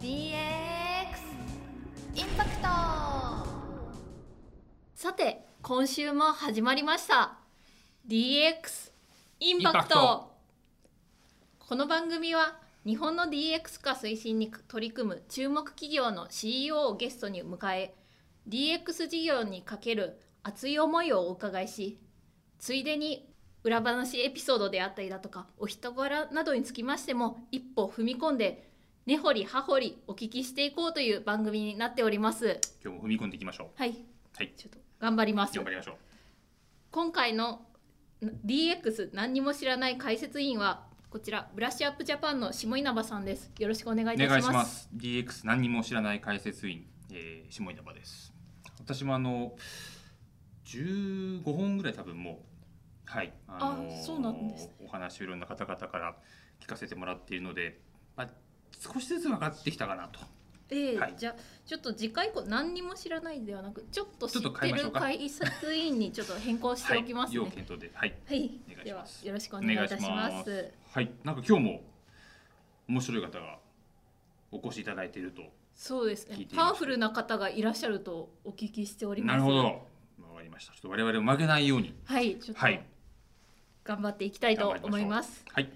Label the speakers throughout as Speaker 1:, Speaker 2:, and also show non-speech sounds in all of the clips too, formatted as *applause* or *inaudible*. Speaker 1: DX インパクト
Speaker 2: さて今週も始まりました DX インパクト
Speaker 3: インパクト
Speaker 2: この番組は日本の DX 化推進に取り組む注目企業の CEO をゲストに迎え DX 事業にかける熱い思いをお伺いしついでに裏話エピソードであったりだとかお人柄などにつきましても一歩踏み込んで根掘り葉掘りお聞きしていこうという番組になっております。
Speaker 3: 今日も踏み込んでいきましょう
Speaker 2: はい
Speaker 3: はい
Speaker 2: ちょっと頑張ります
Speaker 3: 頑張りましょう
Speaker 2: 今回のな DX 何にも知らない解説委員はこちらブラッシュアップジャパンの下稲葉さんですよろしくお願いいた
Speaker 3: お
Speaker 2: し
Speaker 3: 願
Speaker 2: ま
Speaker 3: い
Speaker 2: す
Speaker 3: します DX 何にも知らない解説員、えー、下稲葉です私もあの15本ぐらい多分もうはいあの
Speaker 2: あそうなんです
Speaker 3: お話をいろんな方々から聞かせてもらっているので、まあ、少しずつ分かってきたかなと
Speaker 2: ええ
Speaker 3: はい
Speaker 2: じゃあちょっと次回以降何にも知らないではなくちょっと知っ
Speaker 3: ちょっと
Speaker 2: て
Speaker 3: 変えましょ
Speaker 2: る
Speaker 3: うか
Speaker 2: 解説委員にちょっと変更しておきますね
Speaker 3: は、
Speaker 2: はい
Speaker 3: 要
Speaker 2: い、
Speaker 3: 検討ではいお願い
Speaker 2: で
Speaker 3: し
Speaker 2: は
Speaker 3: ます
Speaker 2: よろしくお願いいたしま
Speaker 3: お願い
Speaker 2: す
Speaker 3: しまはいなんか今日も面白い方がお越しいただいていると
Speaker 2: そうです
Speaker 3: 聞い
Speaker 2: ね
Speaker 3: てみましょ
Speaker 2: パ
Speaker 3: う
Speaker 2: ワフルな方がいらっしゃるとお聞きしております
Speaker 3: なるほどわかりましたちょっと我々も負けないように
Speaker 2: はいちょっと
Speaker 3: はい
Speaker 2: 頑張っていきたいと
Speaker 3: 頑張
Speaker 2: 思い
Speaker 3: りましょう
Speaker 2: ます
Speaker 3: はい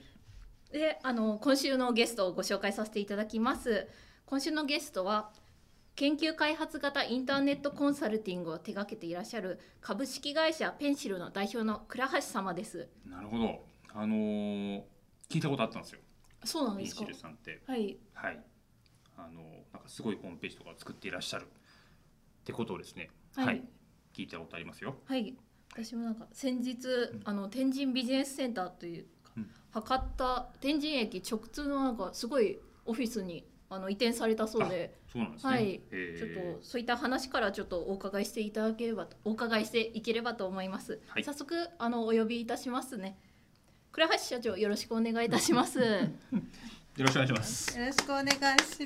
Speaker 2: であの今週のゲストをご紹介させていただきます今週のゲストは研究開発型インターネットコンサルティングを手掛けていらっしゃる株式会社ペンシルの代表の倉橋様です
Speaker 3: なるほど。あのー聞いたことあったんですよ。
Speaker 2: そうなん
Speaker 3: ミ
Speaker 2: で
Speaker 3: ン
Speaker 2: す
Speaker 3: シ
Speaker 2: か
Speaker 3: ルさんって、
Speaker 2: はい
Speaker 3: はい。あのーなんかすごいホームページとかを作っていらっしゃるってことをですね。
Speaker 2: はい
Speaker 3: 聞いたことありますよ。
Speaker 2: はい私もなんか先日あの天神ビジネスセンターというか、
Speaker 3: うん
Speaker 2: 博多天神駅直通のなんかすごいオフィスにあの移転されたそうで
Speaker 3: そうなんですね。
Speaker 2: はいちょっ
Speaker 3: え
Speaker 2: とそういった話からちょっとお伺いしていただければとお伺いしていければと思います。
Speaker 3: はい
Speaker 2: 早速あのお呼びいたしますね。倉橋社長よろしくお願いいたします。 *laughs*
Speaker 3: ーよろしくお願いします。
Speaker 4: よろしくお願いし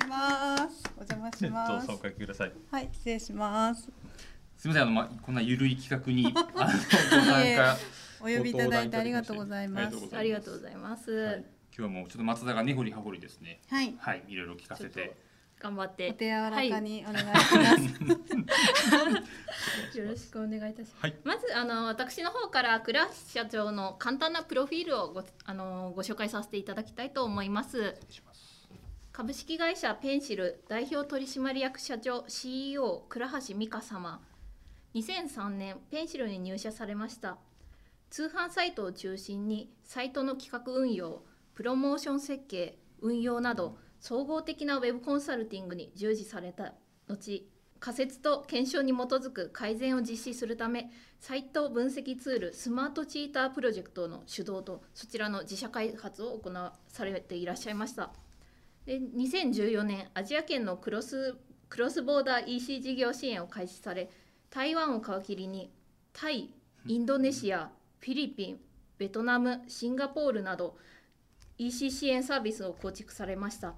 Speaker 4: ます。お邪魔し
Speaker 3: *laughs*
Speaker 4: ます。
Speaker 5: どうぞお書きください。
Speaker 4: はい、失礼します。
Speaker 3: すみませんあのまこんなゆるい企画にあのご参加。
Speaker 4: お呼びいただいてありがとうござい
Speaker 3: あ
Speaker 4: ま
Speaker 3: りが
Speaker 4: す
Speaker 3: とうござい。ます
Speaker 2: ありがとうございます。
Speaker 3: はい今日はもうちょっと松田が根掘り葉掘りですね。
Speaker 4: はい、
Speaker 3: はい、いろいろ聞かせて。
Speaker 2: 頑張っ
Speaker 4: お
Speaker 2: て
Speaker 4: 手柔らかにお願いします。
Speaker 2: よろしくお願いいたします。
Speaker 3: はい
Speaker 2: まずあの私の方から倉橋社長の簡単なプロフィールをごあのご紹介させていただきたいと思います。
Speaker 3: お願いします
Speaker 2: 株式会社ペンシル代表取締役社長 CEO 倉橋美香様2003年ペンシルに入社されました通販サイトを中心にサイトの企画運用プロモーション設計運用など総合的なウェブコンサルティングに従事された後仮説と検証に基づく改善を実施するためサイト分析ツールスマートチータープロジェクトの主導とそちらの自社開発を行わされていらっしゃいましたで2014年アジア圏のクロスクロスボーダー EC 事業支援を開始され台湾を皮切りにタイインドネシアフィリピンベトナムシンガポールなど EC 支援サービスを構築されました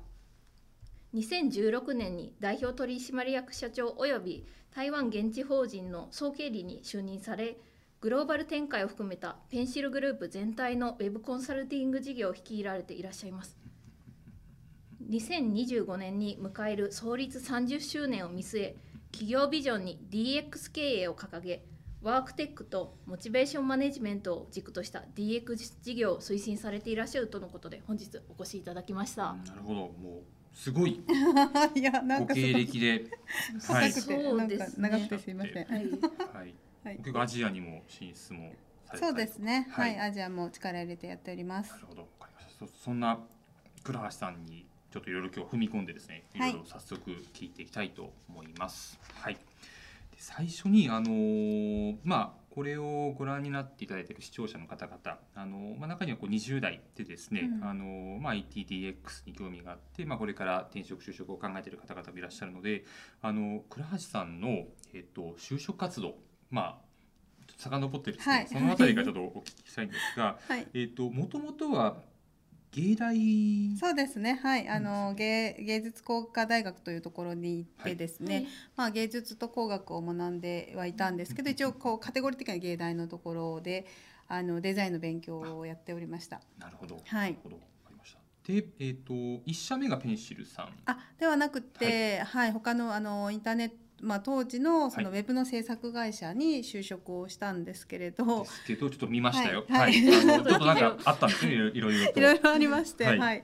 Speaker 2: 2016年に代表取締役社長及び台湾現地法人の総経理に就任されグローバル展開を含めたペンシルグループ全体のウェブコンサルティング事業を率いられていらっしゃいます2025年に迎える創立30周年を見据え企業ビジョンに DX 経営を掲げワークテックとモチベーションマネジメントを軸とした DX 事業を推進されていらっしゃるとのことで本日お越しいただきました。
Speaker 3: なるほど、もうすごい
Speaker 4: いや、なん
Speaker 3: ご
Speaker 4: かすご
Speaker 3: 経
Speaker 4: い
Speaker 3: 歴で、はい
Speaker 4: 硬くて、
Speaker 2: そう
Speaker 4: なん
Speaker 2: で
Speaker 4: か
Speaker 2: すね
Speaker 4: 長くてすいません。
Speaker 2: はい、
Speaker 3: はい、
Speaker 4: はい、
Speaker 3: 結構アジアにも進出もされたりとか
Speaker 4: そうですね。
Speaker 3: は
Speaker 4: はいい、アジアも力入れてやっております
Speaker 3: な。るほど、わかりました。そそんな倉橋さんにちょっといろいろ今日踏み込んでですね、いろ
Speaker 4: は
Speaker 3: い
Speaker 4: い
Speaker 3: ろ早速聞いていきたいと思います。はい。で最初にあのーまあこれをご覧になっていただいている視聴者の方々、あのーまあ中にはこう20代でですね、
Speaker 4: うん
Speaker 3: あのーまあ ITDX に興味があって、まあこれから転職就職を考えている方々もいらっしゃるので、あの倉橋さんのえっと就職活動、まあちょっと遡ってですね、
Speaker 4: はい
Speaker 3: そのあたりがちょっとお聞きしたいんですが、
Speaker 4: はい。
Speaker 3: えっ、と、もともとは芸大。
Speaker 4: そうですね。はい、あの芸芸術工科大学というところに行ってですね、まあ、芸術と工学を学んではいたんですけど一応こうカテゴリー的には芸大のところであのデザインの勉強をやっておりました。
Speaker 3: なるほど。
Speaker 4: はい
Speaker 3: なるほど。わかりました。で、えっ、と一社目がペンシルさん。
Speaker 4: あではなくて、はい他のあのインターネット、まあ、当時のそのウ
Speaker 3: は
Speaker 4: ェブの制作会社に就職をしたんですけれど、
Speaker 3: ですけどちょっと見ましたよ。
Speaker 4: は
Speaker 3: はいい。
Speaker 4: はい *laughs*
Speaker 3: あのちょっとなんかあったんですね。いろいろいろと。
Speaker 4: いろいろありまして、は
Speaker 3: はいい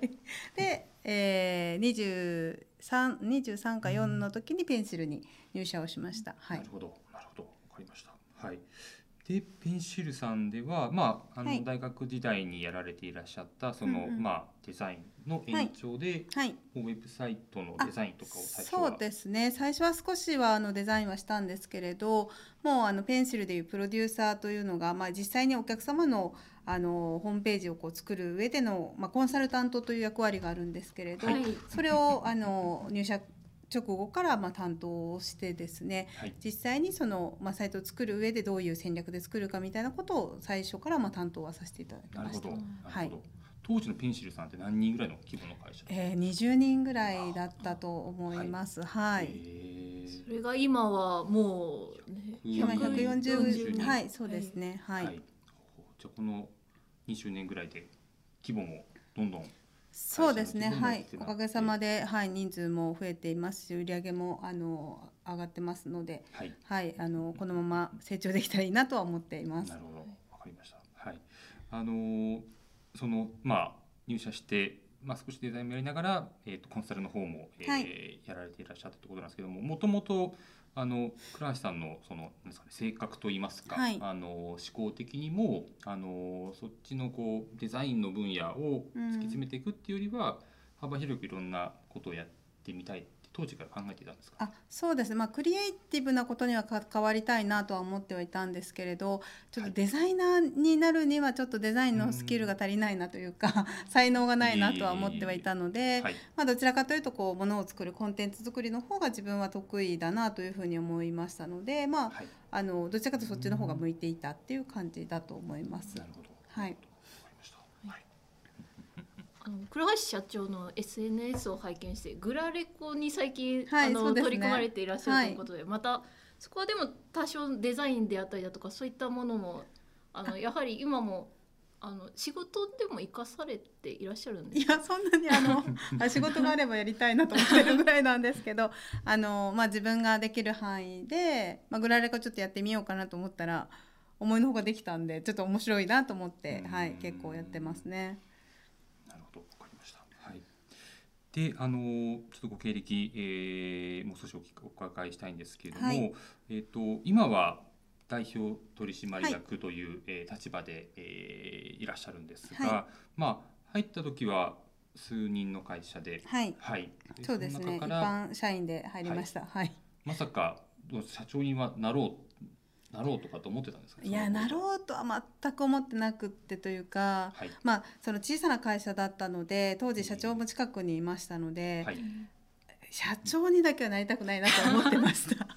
Speaker 4: で、えー、23, 23か4の時にペンシルに入社をしました。は
Speaker 3: ないる、ほど、なるほど、わかりました。はい。で、ペンシルさんでは、まあ、あの、
Speaker 4: はい
Speaker 3: 大学時代にやられていらっしゃった、その、
Speaker 4: うんうん
Speaker 3: まあ、デザインの延長で。
Speaker 4: はい、
Speaker 3: ウェブサイトのデザインとかを最初は。
Speaker 4: そうですね最初は少しはあのデザインはしたんですけれどもうあのペンシルでいうプロデューサーというのが、まあ、実際にお客様のあのホームページをこう作る上での、まあ、コンサルタントという役割があるんですけれど、
Speaker 2: はい
Speaker 4: それをあの入社直後からまあ担当してですね
Speaker 3: はい。
Speaker 4: 実際にその、まあ、サイトを作る上でどういう戦略で作るかみたいなことを最初からまあ担当はさせていただき
Speaker 3: なるほ
Speaker 4: ました
Speaker 3: ど。。な
Speaker 4: は
Speaker 3: る
Speaker 4: い
Speaker 3: ほど。当時のペンシルさんって何人ぐらいの規模の会社。
Speaker 4: えー、20人ぐらいだったと思います。はい、
Speaker 3: え
Speaker 2: それが今はもう、ね、
Speaker 3: 今
Speaker 4: 今
Speaker 3: 140
Speaker 4: 140
Speaker 3: 人
Speaker 4: はい、そうですね。はい。
Speaker 3: はい。じゃあ、この20年ぐらいで規模もどんどん。
Speaker 4: そうですね。
Speaker 3: 会社の規模も大きく。なっ
Speaker 4: はいお
Speaker 3: て
Speaker 4: かげさまで、はい、人数も増えていますし、売り上げもあの上がってますので、
Speaker 3: はい。
Speaker 4: はい、あのこのまま成長できたらいいなとは思っています
Speaker 3: な。るほど、わかりました。はい。あのーそのまあ入社して、まあ少しデザインもやりながら、えっ、とコンサルの方も、えー
Speaker 4: は
Speaker 3: やられていらっしゃったということなんですけども、もともとあの倉橋さんのそのなんですかね性格といいますか、
Speaker 4: はい
Speaker 3: あの思考的にもあのそっちのこうデザインの分野を突き詰めていくっていうよりは、幅広くいろんなことをやってみたいって当時から考えていたんですか。
Speaker 4: あそうですね、まあ、クリエイティブなことには関わりたいなとは思ってはいたんですけれどちょっ
Speaker 3: は
Speaker 4: と
Speaker 3: い
Speaker 4: デザイナーになるにはちょっとデザインのスキルが足りないなというか、才能がないなとは思ってはいたので、
Speaker 3: はい。
Speaker 4: まあ、どちらかというとこうものを作るコンテンツ作りの方が自分は得意だなというふうに思いましたので、まあ、
Speaker 3: はい。
Speaker 4: あのどちらかというとそっちの方が向いていたっていう感じだと思います。
Speaker 3: なるほど。
Speaker 4: はい
Speaker 3: わかりました。はい。
Speaker 2: あの倉橋社長の SNS を拝見してグラレコに最近、
Speaker 4: はい
Speaker 2: あ
Speaker 4: そう
Speaker 2: の
Speaker 4: ですね
Speaker 2: 取り組まれていらっしゃるということで、またそこはでも多少デザインであったりだとかそういったものもあのやはり今もあの仕事でも生かされていらっしゃるんで
Speaker 4: い
Speaker 2: すか
Speaker 4: やそんなにあの
Speaker 3: *laughs*
Speaker 4: あ仕事があればやりたいなと思ってるぐらいなんですけどあの、まあ、自分ができる範囲で、まあ、グラレコちょっとやってみようかなと思ったら思いのほかできたんでちょっと面白いなと思って、は
Speaker 3: う
Speaker 4: い
Speaker 3: ん、
Speaker 4: 結構やってますね。
Speaker 3: なるほど、わかりました。はい。で、あのーちょっとご経歴、えーもう少しお聞お伺いしたいんですけれども、
Speaker 4: はい
Speaker 3: えっ、と今は代表取締
Speaker 4: はい
Speaker 3: 役という、えー立場で、えーいらっしゃるんですが、
Speaker 4: は
Speaker 3: まあ入った時は数人の会社で、
Speaker 4: はい
Speaker 3: はい。
Speaker 4: そうです
Speaker 3: その
Speaker 4: ね一
Speaker 3: 中から
Speaker 4: 般社員で入りました、はい
Speaker 3: まさかどう社長にはなろうなろうとかと思ってたんですか。
Speaker 4: いやな
Speaker 3: う。
Speaker 4: ろうとは全く思ってなくってというか、
Speaker 3: はい。
Speaker 4: まあ、その小さな会社だったので当時社長も近くにいましたので、
Speaker 3: はい。
Speaker 4: 社長にだけはなりたくないなと思ってま
Speaker 3: *laughs*
Speaker 4: した。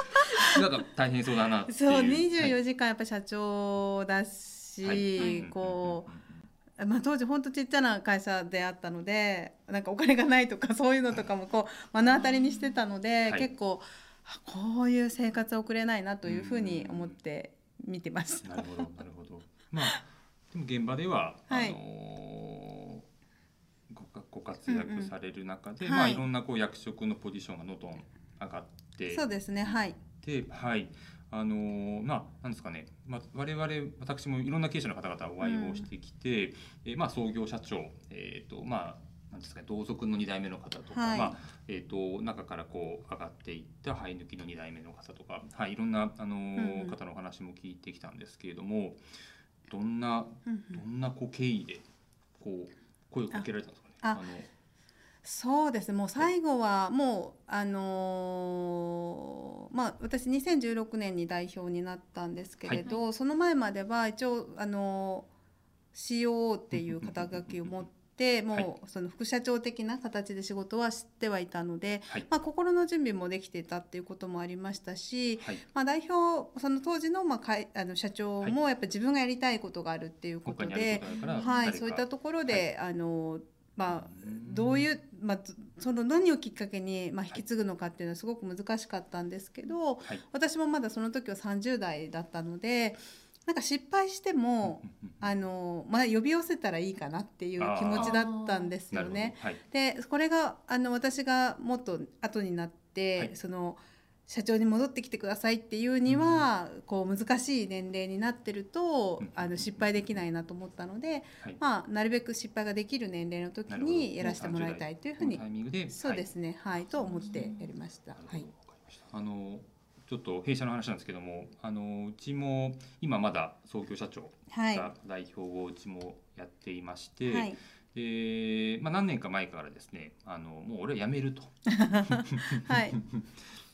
Speaker 4: *laughs*
Speaker 3: なんか大変そうだなっていう。
Speaker 4: そう
Speaker 3: はい
Speaker 4: 24時間やっぱ社長だし、
Speaker 3: はい
Speaker 4: こう、まあ、当時ほんとちっちゃな会社であったのでなんかお金がないとか *laughs* そういうのとかもこう目の当たりにしてたので、
Speaker 3: はい
Speaker 4: 結構あこういう生活を送れないなというふうに思って見てました。
Speaker 3: なるほど、なるほど。 *laughs* まあ、でも現場では、
Speaker 4: はい
Speaker 3: あのーごかご活躍される中で、
Speaker 4: うんうん
Speaker 3: まあ、
Speaker 4: はい
Speaker 3: いろんなこう役職のポジションがどんどん上がって。
Speaker 4: そうですねはい、
Speaker 3: ではいあのーまあなんですかね、まあ、我々私もいろんな経営者の方々お会いをしてきて、えーまあ、創業社長、えーとまあ、なんですかね同族の2代目の方とか、
Speaker 4: はい
Speaker 3: まあえー、と中からこう上がっていった生え抜きの2代目の方とか、はい、いろんな、あのー
Speaker 4: うん
Speaker 3: 方のお話も聞いてきたんですけれどもどんな
Speaker 4: うんうん
Speaker 3: どんなこう経緯でこう声をかけられたんですかね。
Speaker 4: あ
Speaker 3: の
Speaker 4: そうですねもう最後はもう、あのーまあ、私2016年に代表になったんですけれど、その前までは一応、あのー COO っていう肩書きを持って
Speaker 3: はい
Speaker 4: もうその副社長的な形で仕事はしてはいたので、
Speaker 3: はい
Speaker 4: まあ、心の準備もできていたっていうこともありましたし、
Speaker 3: はい
Speaker 4: まあ、代表その当時の,、まあ、かいあの社長もやっぱ自分がやりたいことがあるっていうこ
Speaker 3: 今
Speaker 4: と
Speaker 3: 回
Speaker 4: で。
Speaker 3: にあることだから
Speaker 4: はい、
Speaker 3: 誰か
Speaker 4: そういったところで、あのまあ
Speaker 3: うん
Speaker 4: どういう、まあ、ずその何をきっかけに、まあ、
Speaker 3: は
Speaker 4: 引
Speaker 3: い
Speaker 4: き継ぐのかっていうのはすごく難しかったんですけど、
Speaker 3: はい
Speaker 4: 私もまだその時は30代だったのでなんか失敗しても、
Speaker 3: うんうん
Speaker 4: あのまあ、呼び寄せたらいいかなっていう気持ちだったんです
Speaker 3: な
Speaker 4: よ
Speaker 3: るほ
Speaker 4: ね。
Speaker 3: ど。はい。
Speaker 4: でこれがあの私がもっと後になって、
Speaker 3: はい
Speaker 4: その社長に戻ってきてくださいっていうには、こう難しい年齢になってると、
Speaker 3: うん
Speaker 4: あの失敗できないなと思ったので、
Speaker 3: はい
Speaker 4: まあ、なるべく失敗ができる年齢の時
Speaker 3: なるほど
Speaker 4: にやらせてもらいたいというふう
Speaker 3: この
Speaker 4: に、
Speaker 3: タイミングで、。
Speaker 4: そうですすねはい、と思ってやりました。
Speaker 3: な
Speaker 4: は
Speaker 3: る
Speaker 4: い
Speaker 3: ほどわかりましたあのちょっと弊社の話なんですけども、あのうちも今まだ創業社長
Speaker 4: はい
Speaker 3: が代表をうちもやっていまして、
Speaker 4: はい、
Speaker 3: で、まあ何年か前からですね、あのもう俺は辞めると。
Speaker 4: はい、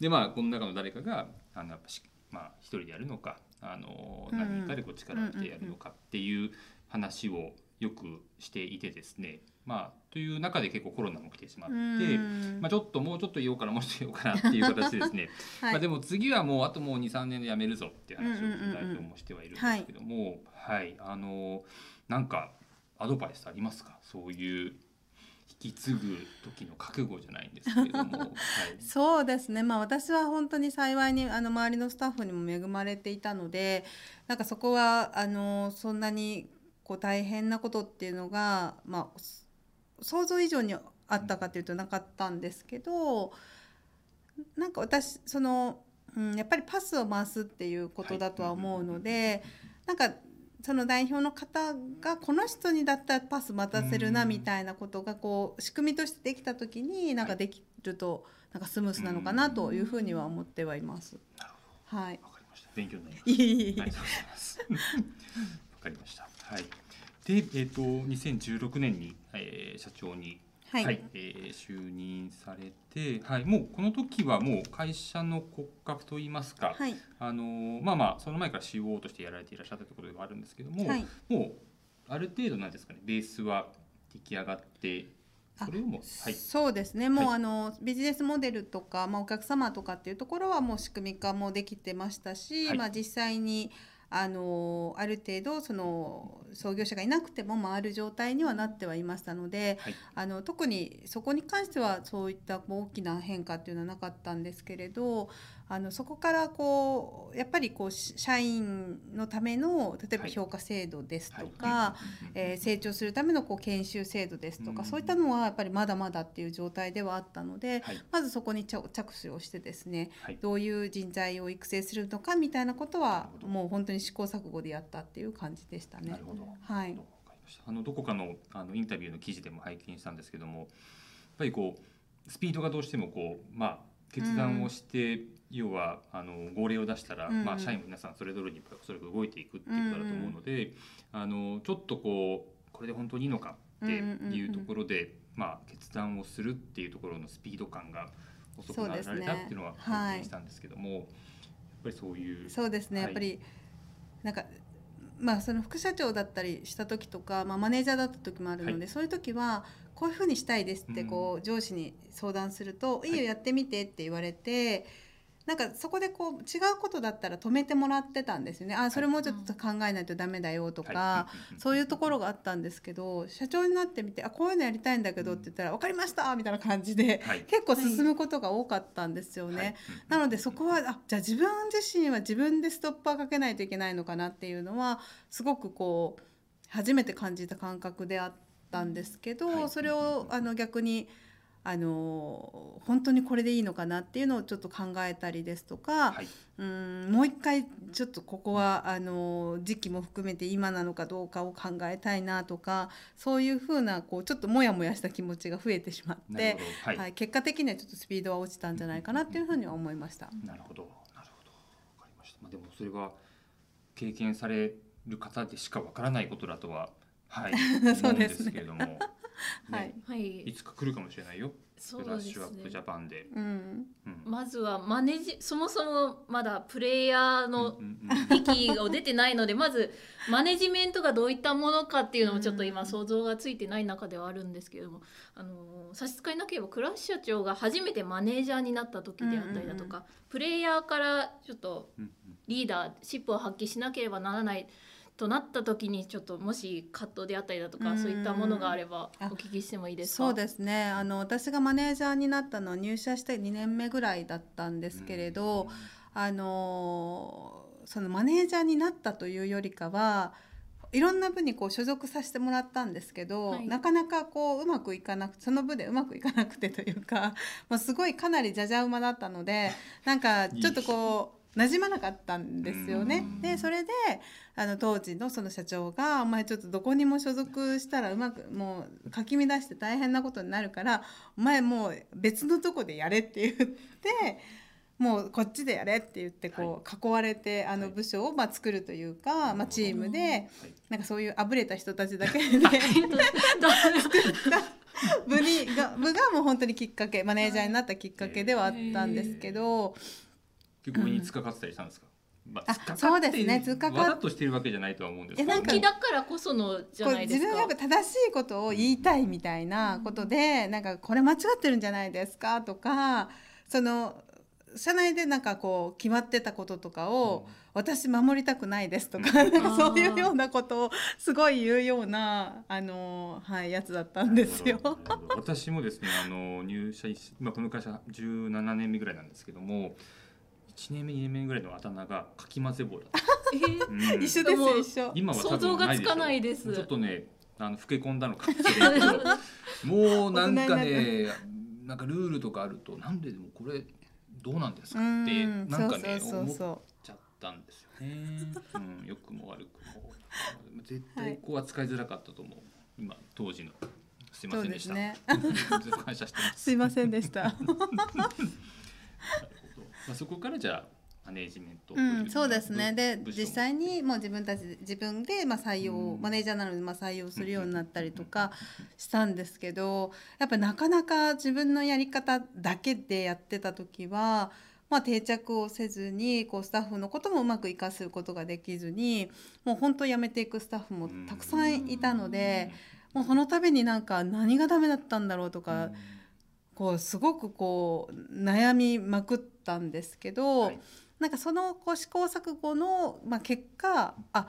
Speaker 3: でまあこの中の誰かがあのやっぱし、まあ、一人でやるのかあの
Speaker 4: うんうん
Speaker 3: 何人かでこう力を入れてやるのかっていう話をよくしていてですね、まあ、という中で結構コロナも来てしまっ
Speaker 4: う
Speaker 3: て、
Speaker 4: ん
Speaker 3: まあ、ちょっともうちょっといようかなもうちょっといようかなっていう形でですね、
Speaker 4: はい
Speaker 3: まあ、でも次はもうあともう23年で辞めるぞっていう話をちょっと代表もしてはいるんですけども、はいあのなんかアドバイスありますかそういう引き継ぐ時の覚悟じゃないん
Speaker 4: *laughs*
Speaker 3: ですけども。はい
Speaker 4: そうですね、まあ、私は本当に幸いにあの周りのスタッフにも恵まれていたのでなんかそこはあのそんなにこう大変なことっていうのが、まあ、す想像以上にあったかというとなかったんですけどなんか私その、うん、やっぱりパスを回すっていうことだとは思うので、なんかその代表の方がこの人にだったらパス待たせるな
Speaker 3: うん
Speaker 4: みたいなことがこう仕組みとしてできた時になんかできるとなんかスムースなのかなというふうには思ってはいます。
Speaker 3: なるほど
Speaker 4: はい。
Speaker 3: わかりました。勉強になりま
Speaker 4: いえいえい
Speaker 3: した。ありがとうございます。 *laughs* わかりました。はい。で、えっ、と2016年に、えー社長に、
Speaker 4: えはい。
Speaker 3: えー就任されて、はい、もうこの時はもう会社の骨格といいますか、
Speaker 4: はい。
Speaker 3: あのーまあまあその前から COO としてやられていらっしゃったところではあるんですけども、
Speaker 4: はい
Speaker 3: もうある程度なんですかね、ベースは出来上がって、それをもうはい。
Speaker 4: そうですね。もう、
Speaker 3: はい
Speaker 4: あのビジネスモデルとか、まあお客様とかっていうところはもう仕組み化もできてましたし、
Speaker 3: はい
Speaker 4: まあ実際にあのある程度その創業者がいなくても回る状態にはなってはいましたので、
Speaker 3: はい
Speaker 4: あの特にそこに関してはそういった大きな変化っていうのはなかったんですけれどあのそこからこうやっぱりこうし社員のための例えば
Speaker 3: はい
Speaker 4: 評価制度ですとか、
Speaker 3: はい
Speaker 4: えー成長するためのこう研修制度ですとか、
Speaker 3: うん
Speaker 4: そういったのはやっぱりまだまだっていう状態ではあったので、
Speaker 3: はい
Speaker 4: まずそこに着着手をしてですね
Speaker 3: はい
Speaker 4: どういう人材を育成するのかみたいなこと
Speaker 3: なる
Speaker 4: は
Speaker 3: ほど
Speaker 4: もう本当に試行錯誤でやったっていう感じでした
Speaker 3: な
Speaker 4: ね
Speaker 3: る。ほど。
Speaker 4: は
Speaker 3: わか、
Speaker 4: い
Speaker 3: りましたあのどこかのあのインタビューの記事でも拝見したんですけどもやっぱりこうスピードがどうしてもこう、まあ、決断をして、要はあの号令を出したら、
Speaker 4: うんうん
Speaker 3: まあ、社員の皆さんそれぞれにやっぱりおそらく動いていくっていうことだと思うので、あのちょっとこうこれで本当にいいのかっていうところで、まあ、決断をするっていうところのスピード感が遅くなら
Speaker 4: そう
Speaker 3: れ
Speaker 4: です
Speaker 3: たっ
Speaker 4: ね
Speaker 3: ていうのは
Speaker 4: はい
Speaker 3: 拝見したんですけども、やっぱりそういう。
Speaker 4: そうですね、
Speaker 3: はい
Speaker 4: やっぱりなんかまあその副社長だったりした時とか、まあ、マネージャーだった時もあるので、
Speaker 3: は
Speaker 4: そういう時はこういうふうにしたいですって
Speaker 3: うん
Speaker 4: こう上司に相談すると「
Speaker 3: い
Speaker 4: いいよやってみて」って言われて。なんかそこでこう違うことだったら止めてもらってたんですよね。あ、それもうちょっと考えないとダメだよとか、
Speaker 3: はい
Speaker 4: そういうところがあったんですけど、社長になってみて、あ、こういうのやりたいんだけどって言ったら、わかりましたみたいな感じで、
Speaker 3: はい
Speaker 4: 結構進むことが多かったんですよね。
Speaker 3: はい
Speaker 4: なのでそこはあじゃあ自分自身は自分でストッパーかけないといけないのかなっていうのはすごくこう初めて感じた感覚であったんですけど、
Speaker 3: はい
Speaker 4: それをあの逆にあの本当にこれでいいのかなっていうのをちょっと考えたりですとか、
Speaker 3: はい
Speaker 4: うんもう一回ちょっとここはあの時期も含めて今なのかどうかを考えたいなとかそういうふうなこうちょっとモヤモヤした気持ちが増えてしまっ
Speaker 3: なる
Speaker 4: て
Speaker 3: ほ。どはい
Speaker 4: はい、結果的にはちょっとスピードは落ちたんじゃないかなっていうふうには思いました。
Speaker 3: なるほど、なるほど、わかりました。まあ、でも、それは経験される方でしかわからないことだとは。
Speaker 4: *laughs*
Speaker 3: はい、思
Speaker 4: そう
Speaker 3: うん
Speaker 4: で
Speaker 3: です
Speaker 4: ね
Speaker 3: すけれども。ね
Speaker 4: はい、
Speaker 2: はいい、
Speaker 3: つか来るかもしれないよ。
Speaker 2: そ
Speaker 3: ブ
Speaker 2: う
Speaker 3: ラッ
Speaker 2: で
Speaker 3: シュア
Speaker 2: す
Speaker 3: ップ
Speaker 2: ね
Speaker 3: ジャ。パンで。
Speaker 4: うん、
Speaker 3: うん
Speaker 2: まずはマネジそもそもまだプレイヤーの
Speaker 3: うんうんうん
Speaker 2: 域を出てないのでま
Speaker 4: *laughs*
Speaker 2: ずマネジメントがどういったものかっていうのもちょっと
Speaker 4: う
Speaker 2: 今
Speaker 4: ん
Speaker 2: 想像がついてない中ではあるんですけれども、あのー差し支えなければ倉橋社長が初めてマネージャーになった時であったりだとか、プレイヤーからちょっと
Speaker 3: うん
Speaker 2: リーダーシップを発揮しなければならないとなった時にちょっともし葛藤であったりだとか、
Speaker 4: うん
Speaker 2: そういったものがあればお
Speaker 4: あ
Speaker 2: 聞きしてもいいですか
Speaker 4: そうですね。あの私がマネージャーになったのは入社して2年目ぐらいだったんですけれど、あのーそのマネージャーになったというよりかはいろんな部にこう所属させてもらったんですけど、
Speaker 2: はい
Speaker 4: なかなかこううまくいかなくその部でうまくいかなくてというか、 *laughs* まあ、すごいかなりじゃじゃ馬だったのでなんかちょっとこう。馴染まなかったんですよね
Speaker 3: うん
Speaker 4: でそれであの当時のその社長が「お前ちょっとどこにも所属したらうまくもうかき乱して大変なことになるからお前もう別のとこでやれ」って言ってもうこっちでやれって言ってこう囲われてあの部署をまあ作るというか、まあ、チームで
Speaker 3: はい
Speaker 4: なんかそういうあぶれた人たちだけで作った *laughs* 部にが部がもう本当にきっかけマネージャーになったきっかけではあったんですけど、
Speaker 3: 結構上に突っかかってたりしたんですか、ま
Speaker 4: あ
Speaker 3: 突っかかって
Speaker 4: そうですね突っかかっ
Speaker 3: わざとしてるわけじゃないとは思うんですけど
Speaker 4: いやなんか
Speaker 2: 好き *laughs* だからこそのじゃ
Speaker 4: こう
Speaker 2: ないです
Speaker 4: 自分がや
Speaker 2: か
Speaker 4: っぱ正しいことを言いたいみたいなことで、なんかこれ間違ってるんじゃないですかとかその社内でなんかこう決まってたこととかを、私守りたくないですとか、なんかそういうようなことをすごい言うようなあの、はい、やつだったんですよ。
Speaker 3: なるほど私もですねあの入社し、まあ、この会社17年目ぐらいなんですけども1年目2年目ぐらいのあだ名がかき混ぜ棒だった、
Speaker 2: えー
Speaker 3: うん
Speaker 4: 一緒ですよ一緒。
Speaker 3: 今は多分
Speaker 2: 想像がつかないで
Speaker 3: な
Speaker 2: す
Speaker 3: いしょちょっとねあの老け込んだのかもしれないけどもうなんかねなんかルールとかあるとなんででもこれどうなんですかって
Speaker 4: うん
Speaker 3: なんかね
Speaker 4: そうそうそう
Speaker 3: 思っ
Speaker 4: そ。
Speaker 3: ちゃったんですよね、うん、良くも悪くも絶対こう扱いづらかったと思う、今当時のすいうませ
Speaker 4: そうん
Speaker 3: で
Speaker 4: で
Speaker 3: し
Speaker 4: す
Speaker 3: た、
Speaker 4: ね。
Speaker 3: ずっと感謝してます
Speaker 4: すいませんでした。
Speaker 3: なるほどまあ、そこからじゃあマネージメントと
Speaker 4: う
Speaker 3: い
Speaker 4: ん、そうですね。
Speaker 3: 部
Speaker 4: で
Speaker 3: 部署も
Speaker 4: 実際にもう自分たち自分でまあ採用、
Speaker 3: うん
Speaker 4: マネージャーなのでまあ採用するようになったりとかしたんですけど、やっぱなかなか自分のやり方だけでやってた時は。まあ、定着をせずにこうスタッフのこともうまく活かすことができずにもう本当辞めていくスタッフもたくさんいたのでもうその度になんか何がダメだったんだろうと
Speaker 3: うん
Speaker 4: かこうすごくこう悩みまくったんですけど、
Speaker 3: はい
Speaker 4: なんかそのこう試行錯誤の、まあ、結果あ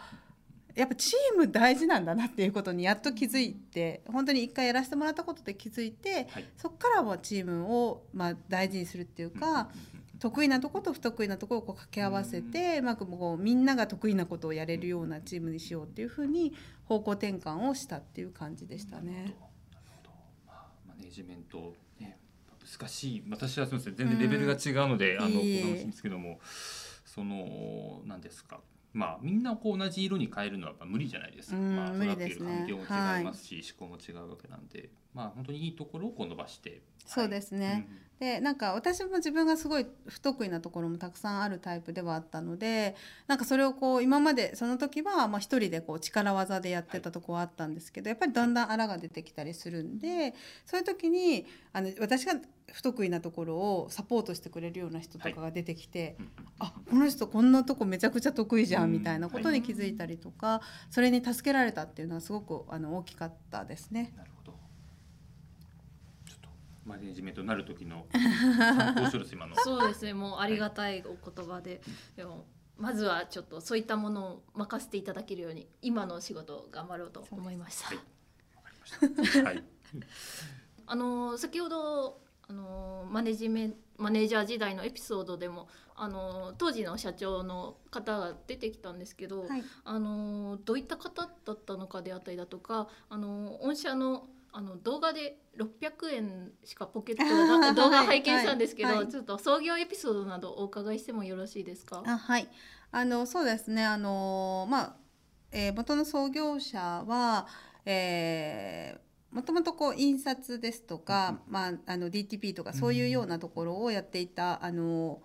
Speaker 4: やっぱチーム大事なんだなっていうことにやっと気づいて本当に一回やらせてもらったことで気づいて
Speaker 3: はい
Speaker 4: そこからはチームをまあ大事にするっていうか、得意なとこと不得意なところをこう掛け合わせてうまくこうみんなが得意なことをやれるようなチームにしようっていうふうに方向転換をしたっていう感じでしたね。
Speaker 3: なるほどまあマネージメント、ね、難しい私はすみません全然レベルが違うので、
Speaker 4: うん
Speaker 3: あのお
Speaker 4: いえいえ
Speaker 3: 話ですけどもその何ですかまあみんなこう同じ色に変えるのはやっぱ無理じゃないですか、
Speaker 4: うん
Speaker 3: まあ、
Speaker 4: 無理
Speaker 3: 育ってい
Speaker 4: です
Speaker 3: る
Speaker 4: ね
Speaker 3: 環境も違いますし、思考も違うわけなんでまあ本当にいいところをこう伸ばして
Speaker 4: そうですすね、でなんか私も自分がすごい不得意なところもたくさんあるタイプではあったのでなんかそれをこう今までその時はまあ一人でこう力技でやってたとこはあったんですけどやっぱりだんだんあらが出てきたりするんでそういう時にあの私が不得意なところをサポートしてくれるような人とかが出てきて、あこの人こんなとこめちゃくちゃ得意じゃ
Speaker 3: うん
Speaker 4: んみたいなことに気づいたりとかそれに助けられたっていうのはすごくあの大きかったですね。
Speaker 3: なるほど。ちょっとマネージメントになる時の参考書です今の。
Speaker 4: *laughs*
Speaker 2: そうですねもうありがたいお言葉ででもまずはちょっとそういったものを任せていただけるように今のお仕事を頑張ろうと思いました、
Speaker 3: はいわかりました。はい。
Speaker 2: あのー先ほどあのーマネジメンマネージャー時代のエピソードでもあのー当時の社長の方が出てきたんですけど、
Speaker 4: はい
Speaker 2: あのーどういった方だったのかであったりだとかあのー御社のあの動画で600円しかポケットがな
Speaker 4: *laughs*
Speaker 2: かった動画を拝見したんですけど、
Speaker 4: はいはい
Speaker 2: ちょっと創業エピソードなどお伺いしてもよろしいですか
Speaker 4: あはいあのそうですねあのまあ、えー元の創業者は、えー、もともとこう印刷ですとか、まあ、あの DTP とかそういうようなところをやっていた、あの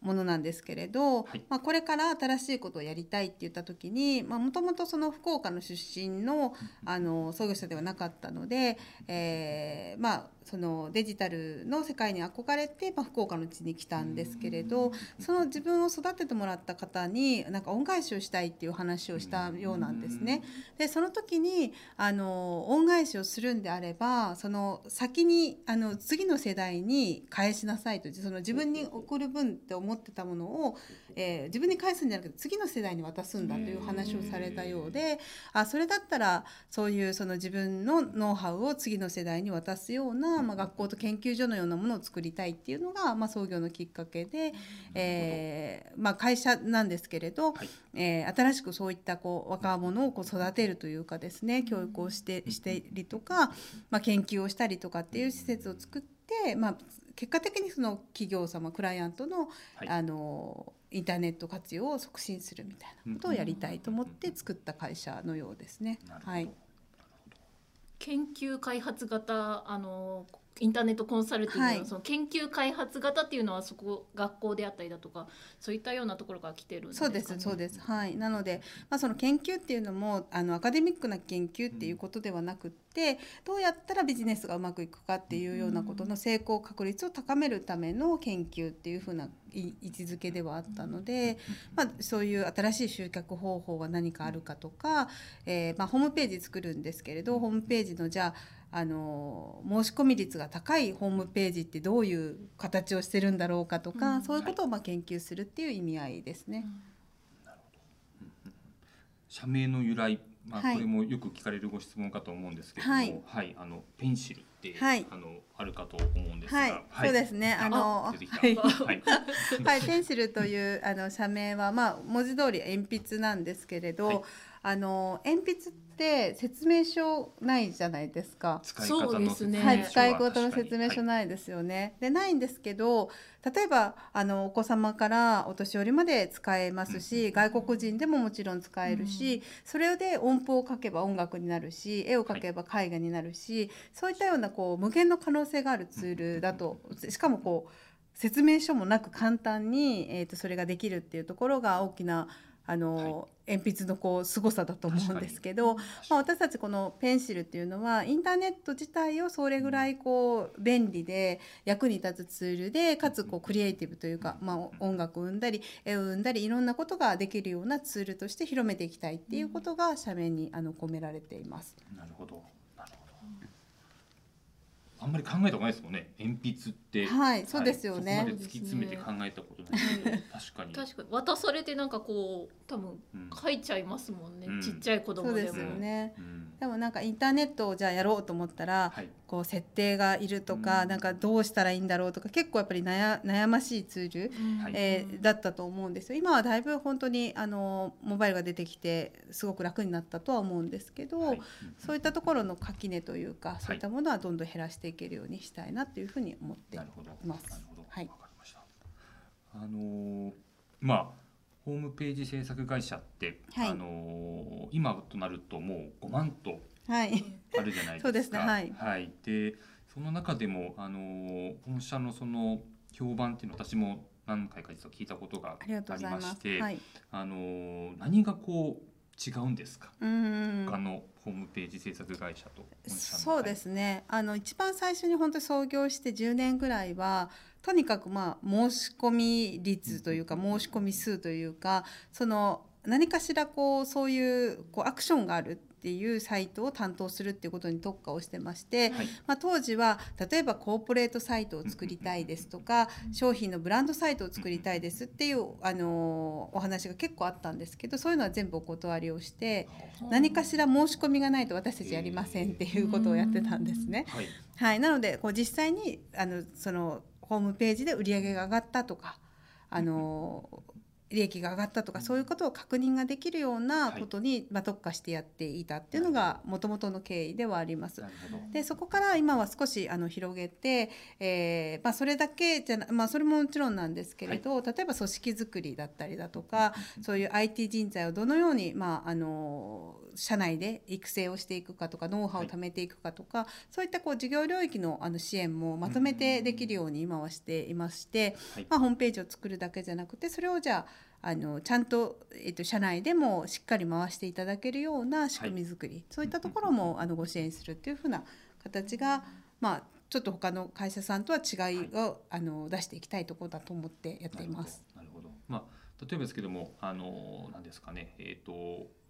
Speaker 4: ものなんですけれど、
Speaker 3: はい
Speaker 4: まあ、これから新しいことをやりたいって言った時にもともとその福岡の出身のあの創業者ではなかったので、えーまあ、そのデジタルの世界に憧れて、まあ、福岡の地に来たんですけれど、その自分を育ててもらった方になんか恩返しをしたいっていう話をしたようなんですね。でその時にあの恩返しをするんであればその先にあの次の世代に返しなさいとその自分に送る分って思持ってたものを、えー自分に返すんじゃなくて次の世代に渡すんだという話をされたようであそれだったらそういうその自分のノウハウを次の世代に渡すような、まあ、学校と研究所のようなものを作りたいっていうのが、まあ、創業のきっかけで、えーまあ、会社なんですけれど、
Speaker 3: はい
Speaker 4: えー新しくそういったこう若者をこう育てるというかですね教育をしてしてりとか、まあ、研究をしたりとかっていう施設を作って、まあ、結果的にその企業様クライアントの,、
Speaker 3: はい
Speaker 4: あのインターネット活用を促進するみたいなことをやりたいと思って作った会社のようですね。
Speaker 3: なるほど、
Speaker 4: はい
Speaker 2: 研究開発型あのインターネットコンサルティングの,、
Speaker 4: はい
Speaker 2: その研究開発型っていうのはそこ学校であったりだとかそういったようなところから来てるんです
Speaker 4: そ
Speaker 2: か、
Speaker 4: う
Speaker 2: ね、
Speaker 4: ですそうですはいなので、まあ、その研究っていうのもあのアカデミックな研究っていうことではなくって、どうやったらビジネスがうまくいくかっていうようなことの成功確率を高めるための研究っていうふうない位置づけではあったので、まあ、そういう新しい集客方法は何かあるかとか、えーまあ、ホームページ作るんですけれどホームページのじゃああの申し込み率が高いホームページってどういう形をしてるんだろうかとか、
Speaker 2: うん
Speaker 4: そういうことをまあ研究するっていう意味合いですね。
Speaker 3: 社名の由来、まあ、
Speaker 4: はい
Speaker 3: これもよく聞かれるご質問かと思うんですけれども、
Speaker 4: は
Speaker 3: はいい、あのペンシルって、
Speaker 4: はい
Speaker 3: あのあるかと思うんですが、
Speaker 4: はい、そうですね。あの、は
Speaker 3: 出てきた、
Speaker 4: い、
Speaker 3: はい、
Speaker 4: はい、ペンシルというあの社名はまあ文字通り鉛筆なんですけれど、
Speaker 3: はい
Speaker 4: あの鉛筆って説明書ないじゃないですか。
Speaker 3: 使い方
Speaker 2: *laughs* そう
Speaker 3: の
Speaker 2: です
Speaker 3: 説
Speaker 2: ね
Speaker 3: 明書
Speaker 4: はい、
Speaker 2: ね
Speaker 4: 使い方の説明書ないですよね。でないんですけど例えばあのお子様からお年寄りまで使えますし、外国人でももちろん使えるし、それで音符を書けば音楽になるし絵を描けば絵画になるし、そういったようなこう無限の可能性があるツールだとしかもこう説明書もなく簡単に、えー、とそれができるっていうところが大きなあの、鉛筆のこう凄さだと思うんですけど、まあ、私たちこのペンシルっていうのはインターネット自体をそれぐらいこう便利で役に立つツールでかつこうクリエイティブというか、まあ、お音楽を生んだり絵を生んだりいろんなことができるようなツールとして広めていきたいっていうことが社名にあの込められています。
Speaker 3: なるほどなるほどあんまり考えたことないですもんね鉛筆って
Speaker 4: はいそうですよね
Speaker 3: そこまで突き詰めて考えたことないけど、確かに
Speaker 2: 確かに渡されてなんかこう多分
Speaker 3: うん
Speaker 2: 書いちゃいますもんね、
Speaker 3: うん
Speaker 2: ちっちゃい子
Speaker 4: そ
Speaker 2: 供
Speaker 4: う
Speaker 2: で
Speaker 4: で
Speaker 2: も
Speaker 4: すよね、
Speaker 3: うん
Speaker 4: でもなんかインターネットをじゃあやろうと思ったら、
Speaker 3: はい
Speaker 4: こう設定がいるとか、
Speaker 3: うん
Speaker 4: なんかどうしたらいいんだろうとか結構やっぱり悩悩ましいツール、
Speaker 2: うん
Speaker 3: はい
Speaker 4: えーだったと思うんですよ今はだいぶ本当にあのモバイルが出てきてすごく楽になったとは思うんですけど、
Speaker 3: はい
Speaker 4: そういったところの垣根というかそういったものはどんどん減らしていけるようにしたいなというふうに思ってい
Speaker 3: なるほど
Speaker 4: ます。
Speaker 3: なるほど、
Speaker 4: はい
Speaker 3: わかりましたあのーまあホームページ制作会社って、
Speaker 4: はい
Speaker 3: あのー今となるともう5万と
Speaker 4: はい、
Speaker 3: あるじゃないですか。
Speaker 4: そうですねはい
Speaker 3: でその中でもあのー本社のその評判っていうのを私も何回か実は聞いたことが
Speaker 4: あ
Speaker 3: あ
Speaker 4: り
Speaker 3: り
Speaker 4: がとうござい
Speaker 3: ま
Speaker 4: ま
Speaker 3: し
Speaker 4: す。
Speaker 3: て、
Speaker 4: はい、
Speaker 3: あのー何がこう違うんですか、
Speaker 4: うんうんうん
Speaker 3: 他のホームページ制作会社と本社の
Speaker 4: そうで、すねあの一番最初に本当に創業して10年ぐらいはとにかくまあ申し込み率というか申し込み数というかその何かしらこうそういうこうアクションがあるっていうサイトを担当するっていうことに特化をしてまして、
Speaker 3: はい
Speaker 4: まあ、当時は例えばコーポレートサイトを作りたいですとか商品のブランドサイトを作りたいですっていう、あのお話が結構あったんですけどそういうのは全部お断りをして何かしら申し込みがないと私たちやりませんっていうことをやってたんですね。
Speaker 3: はい
Speaker 4: はい、なのでこう実際にあのそのホームページで売り上げが上がったとかあの利益が上がったとかそういうことを確認ができるようなことに、まあ、特化してやっていたっていうのがもともとの経緯ではあります
Speaker 3: な。るほど
Speaker 4: でそこから今は少しあの広げて、えーまあ、それだけじゃな、まあ、それももちろんなんですけれど、例えば組織づくりだったりだとかそういう IT 人材をどのように、まあ、あの社内で育成をしていくかとかノウハウを貯めていくかとか、そういったこう事業領域のあの支援もまとめてできるように今はしていまして、
Speaker 3: はい
Speaker 4: まあ、ホームページを作るだけじゃなくてそれをじゃああのちゃんと、えっと、社内でもしっかり回していただけるような仕組み作り、そういったところもあのご支援するっていうふうな形が、まあ、ちょっと他の会社さんとは違いを、あの出していきたいところだと思ってやっています。
Speaker 3: なるほど。なるほど。まあ例えばですけども、あの何ですかね、えっ、と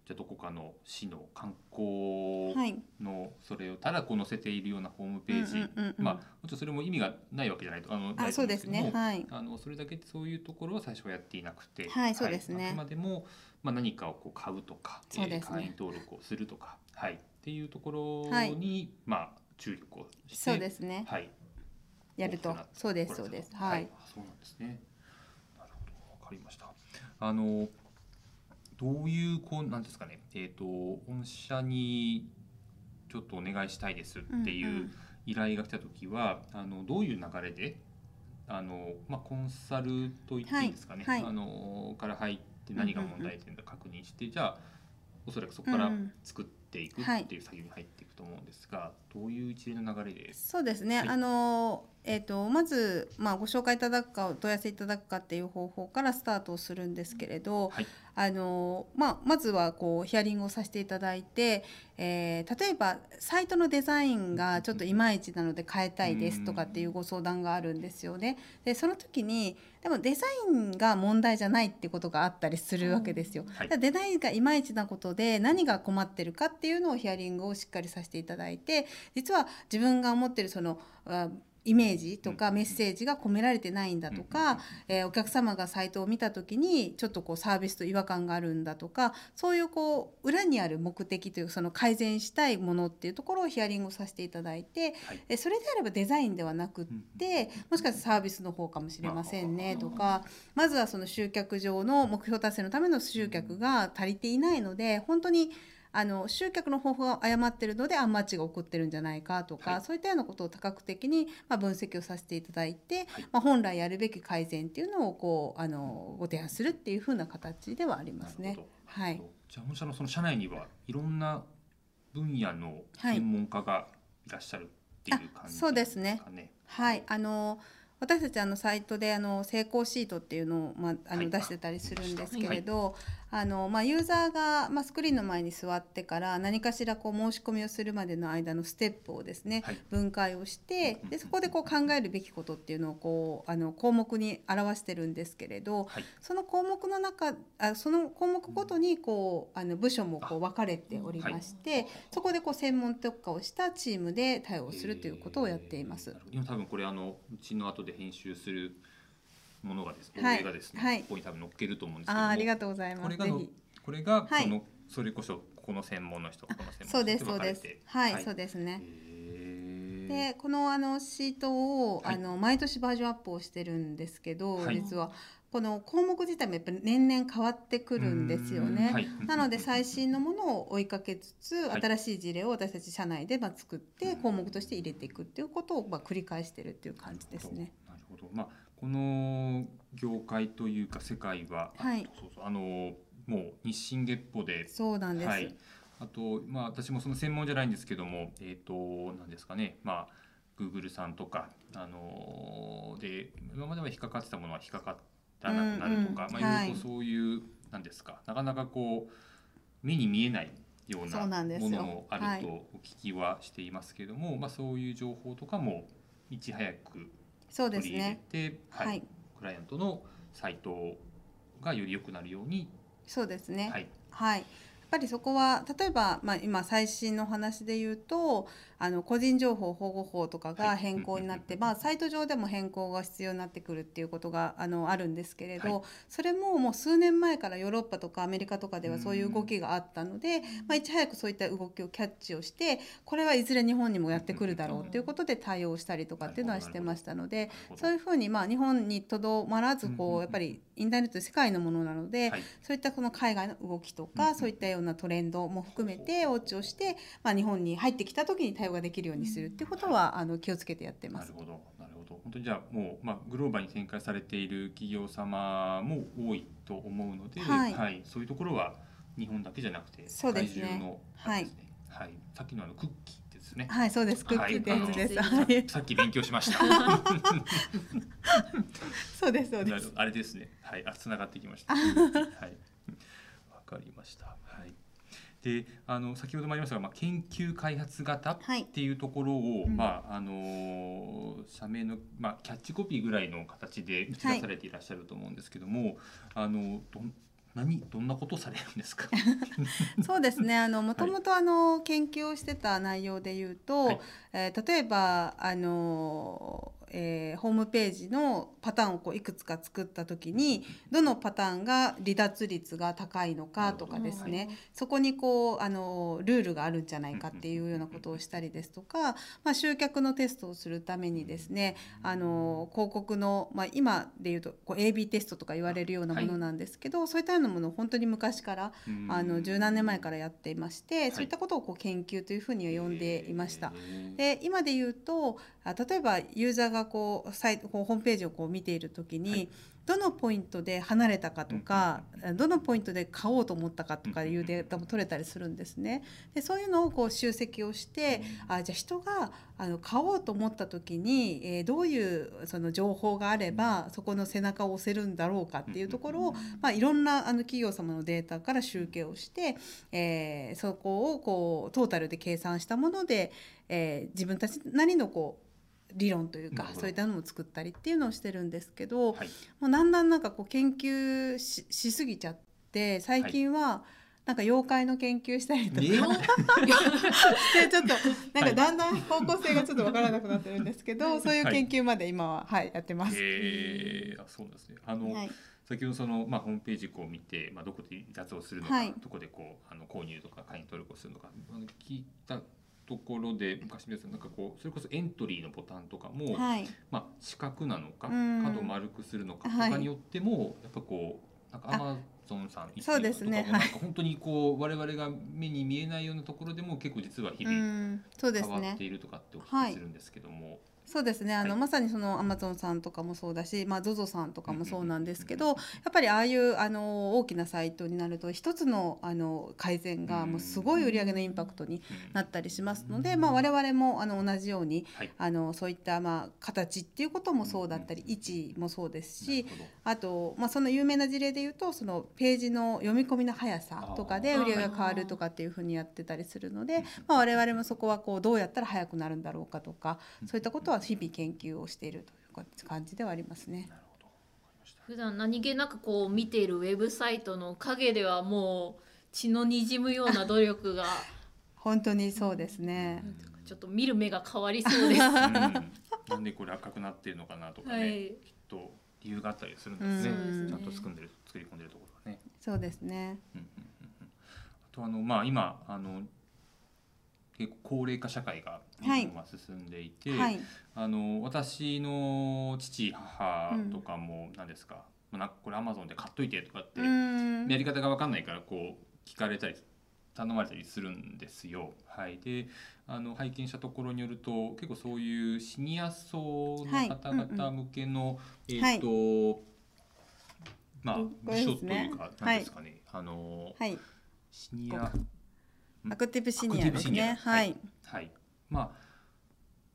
Speaker 3: じゃあどこかの市の観光
Speaker 4: はい。
Speaker 3: のそれをただこう載せているようなホームページ、
Speaker 4: うんうんうんうん
Speaker 3: まあもちろんそれも意味がないわけじゃないとあのな
Speaker 4: あ、
Speaker 3: いと
Speaker 4: そ
Speaker 3: 思
Speaker 4: うんです
Speaker 3: けども
Speaker 4: ね。はい。
Speaker 3: あのそれだけそういうところは最初はやっていなくて、
Speaker 4: はいそうですね
Speaker 3: あくまでも、まあ、何かをこう買うとか、えー
Speaker 4: そうですね
Speaker 3: 会員登録をするとか、はい、っていうところに、
Speaker 4: はい
Speaker 3: まあ、注力をして
Speaker 4: そうですね。
Speaker 3: はい、
Speaker 4: や
Speaker 3: 大
Speaker 4: ると
Speaker 3: きくなっ。て
Speaker 4: そうです。
Speaker 3: こ
Speaker 4: そ
Speaker 3: ら
Speaker 4: う
Speaker 3: れ
Speaker 4: で
Speaker 3: た
Speaker 4: す。
Speaker 3: と
Speaker 4: はい。
Speaker 3: あそうなんですねなるほどわかりましたあのどういうこうなんですかねえっ、と御社にちょっとお願いしたいですっていう、
Speaker 4: うんうん
Speaker 3: 依頼が来た時はあのどういう流れであの、まあ、コンサルと言っていいんですかね、
Speaker 4: はいはい
Speaker 3: あのから入って何が問題点か確認して、じゃあおそらくそこか
Speaker 4: う
Speaker 3: ら
Speaker 4: んうん
Speaker 3: 作っていく
Speaker 4: はい
Speaker 3: っていう作業に入っていくと思うんですが、どういう一連の流れで
Speaker 4: そうですね、
Speaker 3: はい
Speaker 4: あのえー、とまず、まあ、ご紹介いただくかお問い合わせいただくかっていう方法からスタートをするんですけれど、
Speaker 3: はい
Speaker 4: あのまあ、まずはこうヒアリングをさせていただいて、えー例えばサイトのデザインがちょっといまいちなので変えたいですとかっていうご相談があるんですよね。でその時にでもデザインが問題じゃないってことがあったりするわけですよ。
Speaker 3: はい
Speaker 4: ただデザインがいまいちなことで何が困ってるかっていうのをヒアリングをしっかりさせていただいて実は自分が思ってるそのあイメージとかメッセージが込められてないんだとか、えーお客様がサイトを見た時にちょっとこうサービスと違和感があるんだとかそういうこう裏にある目的というその改善したいものっていうところをヒアリングをさせていただいて、
Speaker 3: はい
Speaker 4: でそれであればデザインではなくっ
Speaker 3: うん
Speaker 4: てもしかしたらサービスの方かもしれませんねとかまずはその集客上の目標達成のための集客が足りていないので本当にあの集客の方法が誤ってるのでアンマッチが起こってるんじゃないかとか、
Speaker 3: はい
Speaker 4: そういったようなことを多角的に、まあ、分析をさせていただいて、
Speaker 3: はい
Speaker 4: まあ、本来やるべき改善っていうのをこうあのご提案するっていうふうな形ではあります
Speaker 3: な
Speaker 4: ね
Speaker 3: る。ほど
Speaker 4: はい、
Speaker 3: じゃあ本社のその社内にはいろんな分野の
Speaker 4: はい
Speaker 3: 専門家がいらっしゃるっていう
Speaker 4: あ
Speaker 3: 感じ
Speaker 4: そうですね
Speaker 3: かね。
Speaker 4: はい、あの私たちあのサイトであの成功シートっていうのを、まあ、あ
Speaker 3: はい
Speaker 4: の出してたりするんですけれど、あのまあ、ユーザーが、まあ、スクリーンの前に座ってから何かしらこう申し込みをするまでの間のステップをですね、
Speaker 3: はい
Speaker 4: 分解をしてでそこでこう考えるべきことっていうのをこうあの項目に表してるんですけれど
Speaker 3: はい
Speaker 4: その項目の中あその項目ごとにこうあの部署もこう分かれておりまして、そこでこう専門特化をしたチームで対応するということをやっています。
Speaker 3: えーなるほど今多分これあのうちの後で編集するものがですね、
Speaker 4: はい
Speaker 3: 映画ですね、
Speaker 4: はい
Speaker 3: ここに多分載っけると思うんですけども
Speaker 4: あーありがとうございま
Speaker 3: これ
Speaker 4: す。
Speaker 3: が
Speaker 4: ぜ
Speaker 3: の
Speaker 4: ひ。
Speaker 3: これが
Speaker 4: はい
Speaker 3: その、それこそこの専門の人この専門の人
Speaker 4: そうです
Speaker 3: って
Speaker 4: そう
Speaker 3: 分かれ
Speaker 4: です
Speaker 3: て。
Speaker 4: はい、
Speaker 3: はい
Speaker 4: そうですね。
Speaker 3: へー
Speaker 4: でこのあのシートを、
Speaker 3: はい
Speaker 4: あの毎年バージョンアップをしてるんですけど、
Speaker 3: はい
Speaker 4: 実はこの項目自体もやっぱり年々変わってくるんですよね。
Speaker 3: はい
Speaker 4: なので最新のものを追いかけつつ、
Speaker 3: はい
Speaker 4: 新しい事例を私たち社内でまあ作って項目として入れていくっていうことをまあ繰り返してるっていう感じですね。
Speaker 3: なるほど。なるほどまあこの業界というか世界は、あ
Speaker 4: はい
Speaker 3: そうそうあのもう日進月歩で、
Speaker 4: そうなんです。
Speaker 3: はい。あとまあ私もその専門じゃないんですけども、えっ、となんですかね、まあ。Google さんとか、あので今までは引っかかってたものは引っかかったなくなるとか、
Speaker 4: うんうん
Speaker 3: まあ、
Speaker 4: は
Speaker 3: い
Speaker 4: い
Speaker 3: ろいろとそういう、なんですかなかなかこう目に見えないよう
Speaker 4: そう
Speaker 3: な
Speaker 4: なんです
Speaker 3: も
Speaker 4: よ
Speaker 3: のもあるとお聞きはしていますけれども、まあ、そういう情報とかもいち早く
Speaker 4: そうで
Speaker 3: 取
Speaker 4: す
Speaker 3: り入
Speaker 4: ね。
Speaker 3: れて、はい
Speaker 4: はい
Speaker 3: クライアントのサイトがより良くなるように、
Speaker 4: そうですね。
Speaker 3: はい、
Speaker 4: はい、やっぱりそこは例えば、まあ、今最新の話で言うとあの個人情報保護法とか
Speaker 3: は
Speaker 4: が
Speaker 3: い
Speaker 4: 変更になって、
Speaker 3: うんうんうん
Speaker 4: まあ、サイト上でも変更が必要になってくるっていうことがあのあるんですけれど、
Speaker 3: はい
Speaker 4: それももう数年前からヨーロッパとかアメリカとかで
Speaker 3: う
Speaker 4: は
Speaker 3: ん
Speaker 4: そういう動きがあったので、まあ、いち早くそういった動きをキャッチをしてこれはいずれ日本にもやってくるだろうということで対応したりとかっていうのはしてましたので。そういううふうに、まあ、日本にとどまらず
Speaker 3: うんうんう
Speaker 4: こ
Speaker 3: ん
Speaker 4: うやっぱりインターネット世界のものなので、
Speaker 3: はい
Speaker 4: そういったこの海外の動きと
Speaker 3: うんう
Speaker 4: か、
Speaker 3: ん
Speaker 4: そういったようなトレンドも含めてウォッチをして、まあ、日本に入ってきた時に対応ができるようにするってことはあの気をつけてやってま
Speaker 3: な
Speaker 4: す
Speaker 3: る。ほどなるほど本当にじゃあもう、まあ、グローバルに展開されている企業様も多いと思うので、
Speaker 4: はい
Speaker 3: そういうところは日本だけじゃなくて
Speaker 4: そう
Speaker 3: 世
Speaker 4: で
Speaker 3: 界
Speaker 4: す
Speaker 3: 中
Speaker 4: ね
Speaker 3: のあれですね、はいさっきのあのクッキーですね。
Speaker 4: はい、そうです。クッキーってやつです。
Speaker 3: あの
Speaker 4: はい
Speaker 3: さっき勉強しま
Speaker 4: *laughs*
Speaker 3: した。
Speaker 4: そうです。そう
Speaker 3: な
Speaker 4: で
Speaker 3: る
Speaker 4: す
Speaker 3: ほ。どあれですね。はい、あ、つながってきま
Speaker 4: *laughs*
Speaker 3: した。はい。わかりました。はい。で、あの、先ほどもありましたが、まあ、研究開発型っ
Speaker 4: はい
Speaker 3: ていうところを、
Speaker 4: うん
Speaker 3: まあ、あのー社名の、まあ、キャッチコピーぐらいの形で打ち出されていらっしゃると思うんですけども。あの、どん、何どんなことされるんですか。
Speaker 4: そうですね。あのもともとあの研究をしてた内容で言うと、
Speaker 3: はい
Speaker 4: えー例えばあのえーホームページのパターンをこういくつか作った時 *laughs* にどのパターンが離脱率が高いのかとかですね、そこにこうあのルールがあるんじゃないかっていうようなことをしたりですとか、まあ、集客のテストをするためにですねあの広告の、まあ、今でいうとこう AB テストとか言われるようなものなんですけど、そういったようなものを本当に昔から
Speaker 3: うん
Speaker 4: あの十何年前からやっていまして、
Speaker 3: い
Speaker 4: そういったことをこう研究というふうに呼んでいまし
Speaker 3: へ
Speaker 4: た。。
Speaker 3: ー
Speaker 4: で今で言うとあ例えばユーザーがこうサイトこうホームページをこう見ている時に、
Speaker 3: はい
Speaker 4: どのポイントで離れたかとか、どのポイントで買おうと思ったかとかいうデータも取れたりするんですね。でそういうのをこう集積をして、あじゃあ人があの買おうと思った時に、えーどういうその情報があればそこの背中を押せるんだろうかっていうところを、まあ、いろんなあの企業様のデータから集計をして、えーそこをこうトータルで計算したもので、えー自分たちなりのこう理論という
Speaker 3: な
Speaker 4: か
Speaker 3: るほど
Speaker 4: そういったのを作ったりっていうのをしてるんですけど、
Speaker 3: はい。
Speaker 4: もうだんだんなんかこう研究ししすぎちゃって最近は、なんか妖怪の研究したりとか、
Speaker 3: え
Speaker 4: *laughs* でちょっとなん
Speaker 3: は
Speaker 4: か
Speaker 3: い
Speaker 4: だんだん方向性がちょっとわからなくなってるんですけど、そういう
Speaker 3: はい
Speaker 4: 研究まで今ははいやってます。
Speaker 3: えー、あそうなんですね。あの、
Speaker 4: はい、
Speaker 3: 先ほどそのまあホームページこう見て、まあどこで離脱をするのか、
Speaker 4: はい
Speaker 3: どこでこうあの購入とか会員登録をするのか、あの聞いたところで昔皆さんなんかこうそれこそエントリーのボタンとかも、
Speaker 4: はい、
Speaker 3: まあ四角なのか、
Speaker 4: うん
Speaker 3: 角を丸くするのかと
Speaker 4: はい
Speaker 3: かによっても、やっぱこうなんかアマゾンさん一
Speaker 4: そうですね
Speaker 3: とかもなんか本当にこう我々が目に見えないようなところでも結構実は日
Speaker 4: う
Speaker 3: 々
Speaker 4: ん、そうです
Speaker 3: 変わ
Speaker 4: ね
Speaker 3: って。いるとかってお聞きするんですけども、
Speaker 4: そうですね。あの、
Speaker 3: はい
Speaker 4: まさにそのアマゾンさんとかもそうだし、まあ ZOZO さんとかもそうなんですけど、
Speaker 3: うん
Speaker 4: やっぱりああいうあの大きなサイトになると一つのあの改善がもうすごい売り上げのインパクトに
Speaker 3: うん
Speaker 4: なったりしますので、まあ我々もあの同じように、
Speaker 3: はい
Speaker 4: あのそういったまあ形っていうこともそうだったり、
Speaker 3: うん
Speaker 4: 位置もそうですし、
Speaker 3: なるほど
Speaker 4: あと、まあ、その有名な事例で言うとそのページの読み込みの速さとかで
Speaker 2: あー
Speaker 4: 売り上げが変わるとかっていうふうにやってたりするの
Speaker 3: うん
Speaker 4: で、まあ、我々もそこはこうどうやったら速くなるんだろうかとか
Speaker 3: うん
Speaker 4: そういったことは日々研究をしているという感じではありますね。
Speaker 3: なるほどわかりました
Speaker 2: 普段何気なくこう見ているウェブサイトの陰ではもう血のにじむような努力
Speaker 4: *laughs*
Speaker 2: が
Speaker 4: 本当にそうですね
Speaker 3: うん
Speaker 2: ちょっと見る目が変わりそうです。は
Speaker 3: うんなんでこれ赤くなってるのかなとかね、
Speaker 2: い、
Speaker 3: きっと理由があったりするんですね。
Speaker 4: うん
Speaker 2: そうですね
Speaker 3: ちゃんと作んでる作り込んでるところがね。
Speaker 4: そうですね
Speaker 3: うんうんうんうんあとあのまあ今あの結構高齢化社会が日
Speaker 4: はい
Speaker 3: 本は進んでいて、
Speaker 4: はい
Speaker 3: あの私の父母とかも何ですか、まあなんかこれアマゾンで買っといてとかって、
Speaker 4: うーん
Speaker 3: やり方が分かんないからこう聞かれたり頼まれたりするんですよ。はい、であの拝見したところによると結構そういうシニア層の
Speaker 4: はい
Speaker 3: 方
Speaker 4: うんう
Speaker 3: 々
Speaker 4: ん
Speaker 3: 向けの、
Speaker 4: は
Speaker 3: え
Speaker 4: い
Speaker 3: っ、と、まあ
Speaker 4: こ
Speaker 3: 部
Speaker 4: れです
Speaker 3: 署とい
Speaker 4: ね
Speaker 3: うか何ですかね、あの、
Speaker 4: はい
Speaker 3: シニア
Speaker 4: アクティブシ
Speaker 3: アク
Speaker 4: ニ
Speaker 3: テ
Speaker 4: ア
Speaker 3: ィブ
Speaker 4: で
Speaker 3: シ
Speaker 4: す
Speaker 3: ニア
Speaker 4: ねはい、
Speaker 3: はいまあ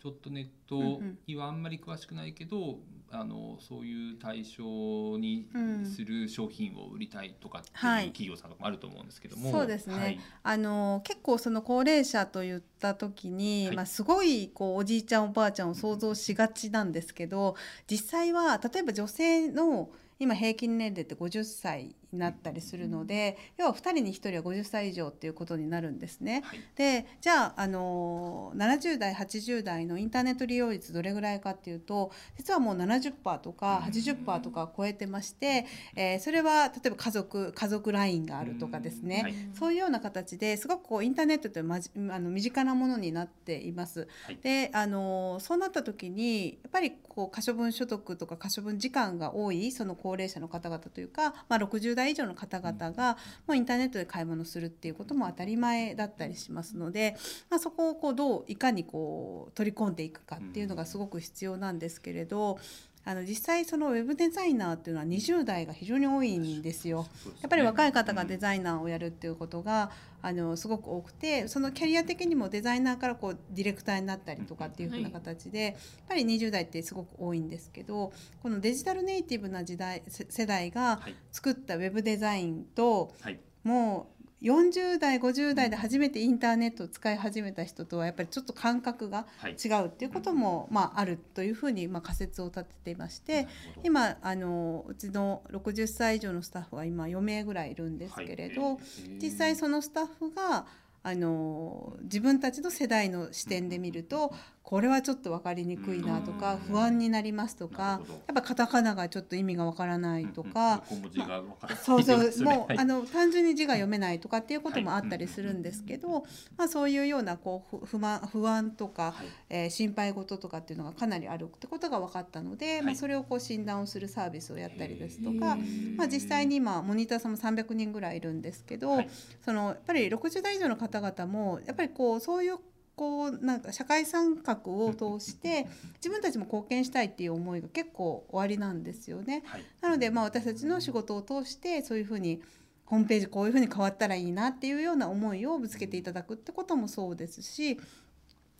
Speaker 3: ちょっとネッ
Speaker 4: うん
Speaker 3: ト
Speaker 4: うん
Speaker 3: にはあんまり詳しくないけど、あのそういう対象に
Speaker 4: うん
Speaker 3: する商品を売りたいとかっていう
Speaker 4: はい
Speaker 3: 企業さんとかもあると思うんですけども、
Speaker 4: そうですね
Speaker 3: はい
Speaker 4: あの結構その高齢者と言った時に、
Speaker 3: はい
Speaker 4: まあ、すごいこうおじいちゃんおばあちゃんを想像しがちなんですけど実際は例えば女性の今平均年齢って50歳になったりするので、要は2人に1人は50歳以上っていうことになるんですね。
Speaker 3: はい
Speaker 4: でじゃあ、あの70代80代のインターネット利用率どれぐらいかっていうと実はもう70%とか
Speaker 3: うん
Speaker 4: 80%とかを超えてまして、えーそれは例えば家族家族ラインがあるとかですね、
Speaker 3: うんはい
Speaker 4: そういうような形ですごくこうインターネットというまじあの身近なものになっています。
Speaker 3: はい
Speaker 4: であのそうなった時にやっぱりこう可処分所得とか可処分時間が多いその高齢者の方々というか、まあ、60代以上の方々がもうインターネットで買い物するっていうことも当たり前だったりしますので、まあ、そこをこうどういかにこう取り込んでいくかっていうのがすごく必要なんですけれど。あの実際そのウェブデザイナーっていうのは20代が非常に多いんですよ。
Speaker 3: そうですね
Speaker 4: やっぱり若い方がデザイナーをやるっていうことが、あのすごく多くてそのキャリア的にもデザイナーからこうディレクターになったりとかっていうふうな形で、やっぱり20代ってすごく多いんですけどこのデジタルネイティブな時代せ世代が
Speaker 3: はい
Speaker 4: 作ったウェブデザインと
Speaker 3: はい
Speaker 4: もう40代50代で初めてインターネットを使い始めた人とはやっぱりちょっと感覚が
Speaker 3: はい
Speaker 4: 違うっていうことも、まあ、あるというふうに、まあ、仮説を立てていまして今あのうちの60歳以上のスタッフは今4名ぐらいいるんですけれど、実際そのスタッフがあの自分たちの世代の視点で見るとこれはちょっと分かりにくいなとか
Speaker 3: うん
Speaker 4: 不安になりますと
Speaker 3: な
Speaker 4: か
Speaker 3: るほど
Speaker 4: やっぱカタカナがちょっと意味がわからないとか。
Speaker 3: 小文字がわからない
Speaker 4: そうそ
Speaker 3: で
Speaker 4: う
Speaker 3: すね
Speaker 4: もう
Speaker 3: はい
Speaker 4: あの単純に字が読めないとかっていうことも
Speaker 3: は
Speaker 4: あ
Speaker 3: い
Speaker 4: ったりするんですけど、まあ、そういうようなこうふ不満不安とか、
Speaker 3: はい
Speaker 4: えー心配事とかっていうのがかなりあるってことが分かったので、
Speaker 3: い
Speaker 4: まあ、それをこう診断をするサービスをやったりですと
Speaker 2: へ
Speaker 4: か
Speaker 2: ー、
Speaker 4: まあ、実際に今モニターさんも300人ぐらいいるんですけど、
Speaker 3: はい
Speaker 4: そのやっぱり60代以上の方々もやっぱりこうそういうこうなんか社会参画を通して自分たちも貢献したいっていう思いが結構おありなんですよね。
Speaker 3: はい
Speaker 4: なのでまあ私たちの仕事を通してそういうふうにホームページこういうふうに変わったらいいなっていうような思いをぶつけていただくってこともそうですし。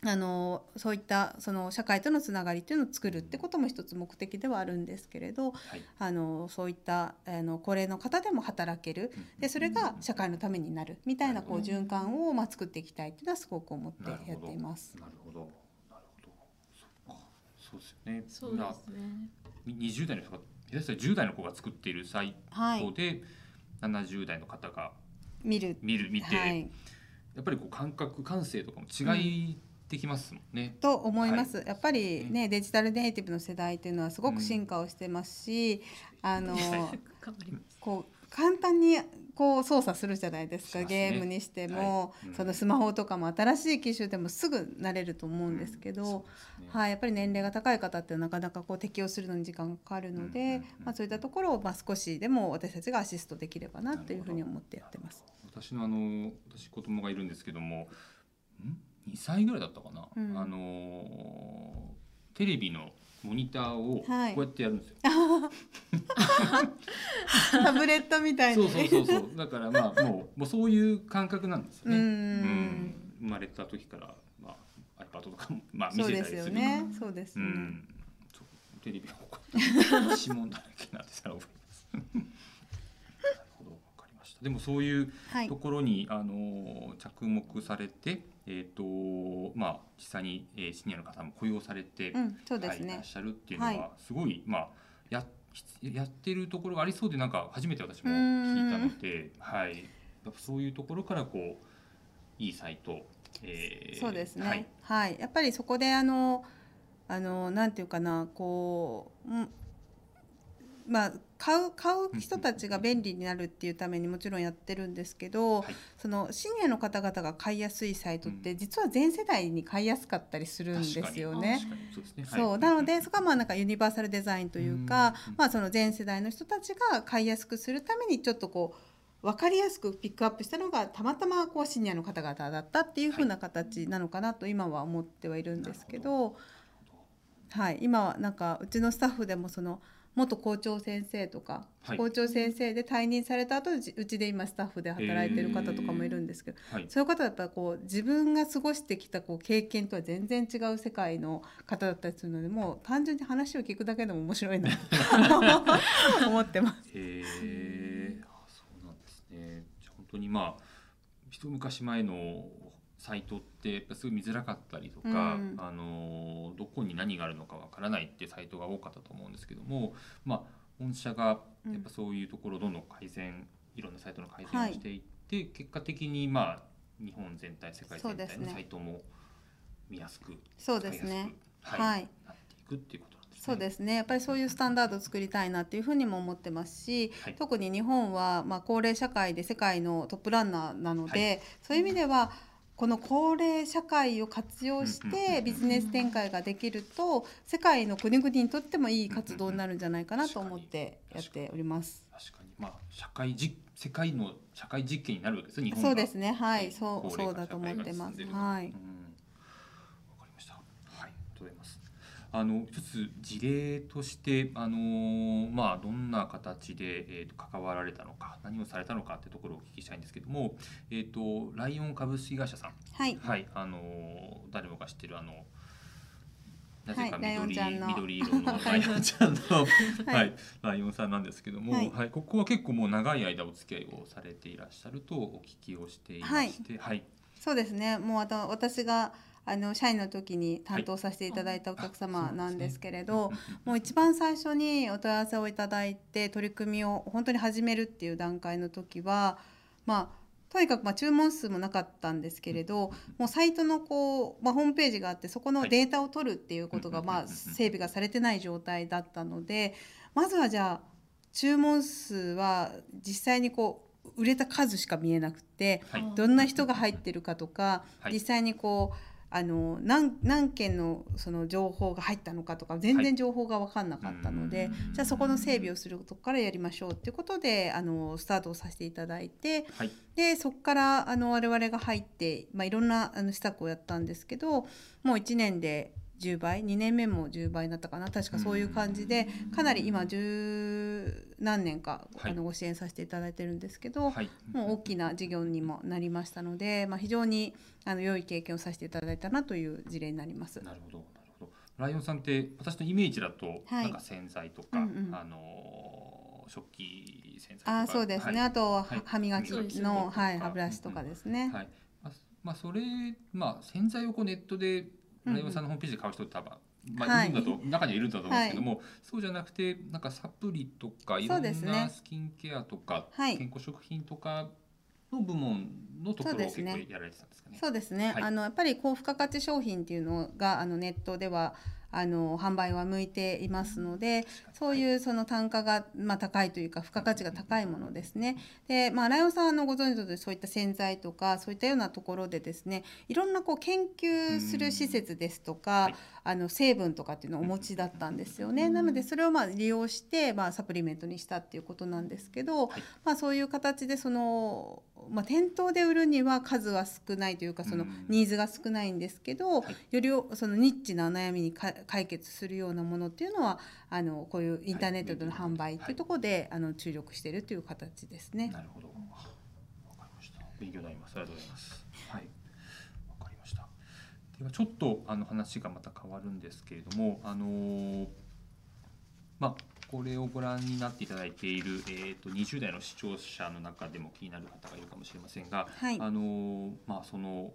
Speaker 4: あのそういったその社会とのつながりっていうのを作るってことも一つ目的ではあるんですけれど、
Speaker 3: はい
Speaker 4: あのそういったあの高齢の方でも働けるでそれが社会のためになるみたいなこう
Speaker 3: なる
Speaker 4: 循環をまあ作っていきたいっていうのはすごく思って
Speaker 3: なる
Speaker 4: や
Speaker 3: ほ
Speaker 4: っ
Speaker 3: ど
Speaker 4: ています。
Speaker 3: なるほどなるほどそっかそうですよね
Speaker 2: そうですね。
Speaker 3: 20代の人が下手したら10代の子が作っているサイ
Speaker 4: は
Speaker 3: ト
Speaker 4: い、
Speaker 3: で、70代の方が
Speaker 4: 見る
Speaker 3: 見る見て、
Speaker 4: はい、
Speaker 3: やっぱりこう感覚感性とかも違いできますもんね。
Speaker 4: と思います、
Speaker 3: はい
Speaker 4: やっぱりねデジタルネイティブの世代っていうのはすごく進化をしてますし、
Speaker 3: *laughs*
Speaker 4: あの
Speaker 2: 頑張ります。
Speaker 4: こう簡単にこう操作するじゃないですか
Speaker 3: しますね
Speaker 4: ゲームにしても、
Speaker 3: はいうん
Speaker 4: そのスマホとかも新しい機種でもすぐ慣れると思うんですけど、
Speaker 3: い、
Speaker 4: はい、やっぱり年齢が高い方ってなかなかこう適応するのに時間がかかるので、
Speaker 3: うんうんうん
Speaker 4: まあ、そういったところをまあ少しでも私たちがアシストできればなというふうに思ってやってます。
Speaker 3: 私のあの私子供がいるんですけども、ん2歳ぐらいだったかな。
Speaker 4: うん
Speaker 3: あのーテレビのモニターをこ
Speaker 4: はいう
Speaker 3: やってやるんですよ。
Speaker 4: *laughs* タブレットみたい
Speaker 3: そ
Speaker 4: に
Speaker 3: うそうそう
Speaker 4: *laughs*
Speaker 3: そう。だからまあもうもうそういう感覚なんですよね。
Speaker 4: うん
Speaker 3: うん生まれた時からまあ iPad とかもまあ見
Speaker 4: そう
Speaker 3: せ
Speaker 4: で
Speaker 3: たりす
Speaker 4: す
Speaker 3: る
Speaker 4: よ
Speaker 3: から
Speaker 4: ね。そうで
Speaker 3: う
Speaker 4: すよね。
Speaker 3: ん、そうテレビはここ指紋だらけなんですから覚えます。なるほど、わかりました。でもそういう
Speaker 4: はい
Speaker 3: と。ころに、あの着目されて、えっ、とまあ実際に、えーシニアの方も雇用されて、
Speaker 4: うん、そうで
Speaker 3: は
Speaker 4: す
Speaker 3: い、いら
Speaker 4: ね
Speaker 3: っ。しゃるっていうのは、
Speaker 4: は
Speaker 3: すごいまあややってるところがありそうでなんか初めて私も聞いたので、はい、やっぱそういうところからこういいサイト、えー
Speaker 4: そうですね。
Speaker 3: は
Speaker 4: はいい、、やっぱりそこであのあのなんていうかな、こう、うん、まあ買う買う人たちが便利になるっていうためにもちろんやってるんですけど、
Speaker 3: はい
Speaker 4: そのシニアの方々が買いやすいサイトっ
Speaker 3: う
Speaker 4: て
Speaker 3: ん
Speaker 4: 実は全世代に買いやすかったりするんですよね。
Speaker 3: 確かにそうですね。はい
Speaker 4: そうなのでそこはまあなんかユニバーサルデザインというか、
Speaker 3: うん
Speaker 4: まあ、その全世代の人たちが買いやすくするためにちょっとこう分かりやすくピックアップしたのがたまたまこうシニアの方々だったっていうふうな形なのかなと今は思ってはいるんですけ
Speaker 3: な
Speaker 4: ど、はい、今はなんかうちのスタッフでもその元校長先生とか、
Speaker 3: はい
Speaker 4: 校長先生で退任された後うちうちで今スタッフで働いてる方とかもいるんですけど、
Speaker 3: はい、
Speaker 4: そういう方はやっぱりこう自分が過ごしてきたこう経験とは全然違う世界の方だったりするのでもう単純に話を聞くだけでも面白いな
Speaker 3: *laughs*
Speaker 4: と思ってます。
Speaker 3: へえあそうなんですね。じゃあ本当にまあ一昔前のサイトってやっぱすごい見づらかったりとか、
Speaker 4: うん
Speaker 3: あのどこに何があるのかわからないってサイトが多かったと思うんですけども、まあ本社がやっぱそういうところをどんどん改善、いろんなサイトの改善をしていって、結果的にまあ日本全体世界全
Speaker 4: そうで
Speaker 3: 体
Speaker 4: す
Speaker 3: の
Speaker 4: ね
Speaker 3: サイトも見やすく、
Speaker 4: そうです
Speaker 3: 使
Speaker 4: ね。
Speaker 3: いやすくは、
Speaker 4: はいい
Speaker 3: なっていくっていうことなんですね。
Speaker 4: そうですねやっぱりそういうスタンダードを作りたいなっていうふうにも思ってますし、
Speaker 3: はい
Speaker 4: 特に日本はまあ高齢社会で世界のトップランナーなので、そういう意味ではこの高齢社会を活用し
Speaker 3: うんうんうんう
Speaker 4: て
Speaker 3: ん
Speaker 4: ビジネス展開ができると世界の国々にとってもいい活動になるんじゃないかなと思ってやっております。
Speaker 3: 確かにまあ社会じ世界の社会実験になるわけですね日本が
Speaker 4: そうですね、は、
Speaker 3: はい
Speaker 4: そ
Speaker 3: 高齢
Speaker 4: う、そう
Speaker 3: 化
Speaker 4: だと思ってま
Speaker 3: 社会が進ん
Speaker 4: す
Speaker 3: でる。と
Speaker 4: はい
Speaker 3: うん、、わかりましたはいありがとうございますあの一つ事例としてあのーまあどんな形で、えー、と関わられたのか何をされたのかってところをお聞きしたいんですけどもえっ、とライオン株式会社さん
Speaker 4: はい、
Speaker 3: はいあのー誰もが知ってるあのなぜか
Speaker 4: はいライオン
Speaker 3: 緑,、
Speaker 4: ちゃんの
Speaker 3: 緑色
Speaker 4: *laughs*
Speaker 3: のライオンちゃんの、はい
Speaker 4: はい
Speaker 3: ライオンさんなんですけども、
Speaker 4: は
Speaker 3: はいいここは結構もう長い間お付き合いをされていらっしゃるとお聞きをしていまして、はい
Speaker 4: そうですね。もうあと私があの社員の時に担当させていただいたお客様なんですけれど、もう一番最初にお問い合わせをいただいて取り組みを本当に始めるっていう段階の時はまあとにかくまあ注文数もなかったんですけれどもうサイトのこう、まあ、ホームページがあってそこのデータを取るっていうことが
Speaker 3: はい
Speaker 4: ま
Speaker 3: う
Speaker 4: あ
Speaker 3: んうんうんうん
Speaker 4: 整備がされてない状態だったのでまずはじゃあ注文数は実際にこう売れた数しか見えなくて
Speaker 3: はい
Speaker 4: どんな人が入ってるかとか、
Speaker 3: はい
Speaker 4: 実際にこうあの何何件のその情報が入ったのかとか全
Speaker 3: は
Speaker 4: 然
Speaker 3: い
Speaker 4: 情報が分かんなかったので、
Speaker 3: うん
Speaker 4: じゃあそこの整備をするとこからやりましょうっていうことであのスタートをさせていただいて
Speaker 3: はい
Speaker 4: でそこからあの我々が入って、まあ、いろんなあの施策をやったんですけどもう1年で10倍2年目も10倍になったかな確かそういう感じでかなり今十何年かあ
Speaker 3: はい
Speaker 4: のご支援させていただいてるんですけど、
Speaker 3: はい
Speaker 4: もう大きな事業にもなりましたので、まあ、非常にあの良い経験をさせていただいたなという事例になります。
Speaker 3: なるほど、なるほど。ライオンさんって私のイメージだと、
Speaker 4: はい
Speaker 3: なんか洗剤とか、
Speaker 4: うんうん
Speaker 3: あのー食器洗剤とか、
Speaker 4: あーそうですね、
Speaker 3: は
Speaker 4: あとは
Speaker 3: はい
Speaker 4: 歯磨き
Speaker 2: そうです
Speaker 4: の、
Speaker 3: ね
Speaker 4: はい、歯ブラシとかですね。
Speaker 3: い、はい。まあ、まあそれまあ洗剤をこうネットでライオンさんのホームページで買う人って多分。ま
Speaker 4: は
Speaker 3: あ、
Speaker 4: い
Speaker 3: いるんだと、中にはいるんだと思うんですけども、そうじゃなくてなんかサプリとかいろん
Speaker 4: そうですね
Speaker 3: なスキンケアとか、
Speaker 4: はい
Speaker 3: 健康食品とかの部門のところを
Speaker 4: そうで
Speaker 3: 結
Speaker 4: す
Speaker 3: 構
Speaker 4: ね
Speaker 3: やられてたんですかね。
Speaker 4: そうですね、
Speaker 3: はい
Speaker 4: あのやっぱり高付加価値商品っていうのがあのネットではあの販売は向いていますのでそういうその単価が、まあ、高いというか付加価値が高いものですね。で、まあ、ライオンさんのご存知のとおりそういった洗剤とかそういったようなところでですねいろんなこう研究する施設ですとか、
Speaker 3: はい
Speaker 4: あの成分とかっていうのをお持ちだったんですよね。なのでそれをまあ利用して、まあ、サプリメントにしたっていうことなんですけど、
Speaker 3: はい
Speaker 4: まあ、そういう形でその、まあ、店頭で売るには数は少ないというかその
Speaker 3: うん
Speaker 4: ニーズが少ないんですけど、
Speaker 3: はい
Speaker 4: よりおそのニッチなお悩みにか解決するようなものっていうのはあのこういうインターネットでの販売っていうところで、あの注力しているという形ですね。
Speaker 3: なるほど。わかりました。勉強になります。ありがとうございます。はい。わかりました。ではちょっとあの話がまた変わるんですけれども、あのーまあこれをご覧になっていただいているえっ、と20代の視聴者の中でも気になる方がいるかもしれませんが、
Speaker 4: はい、
Speaker 3: あのーまあその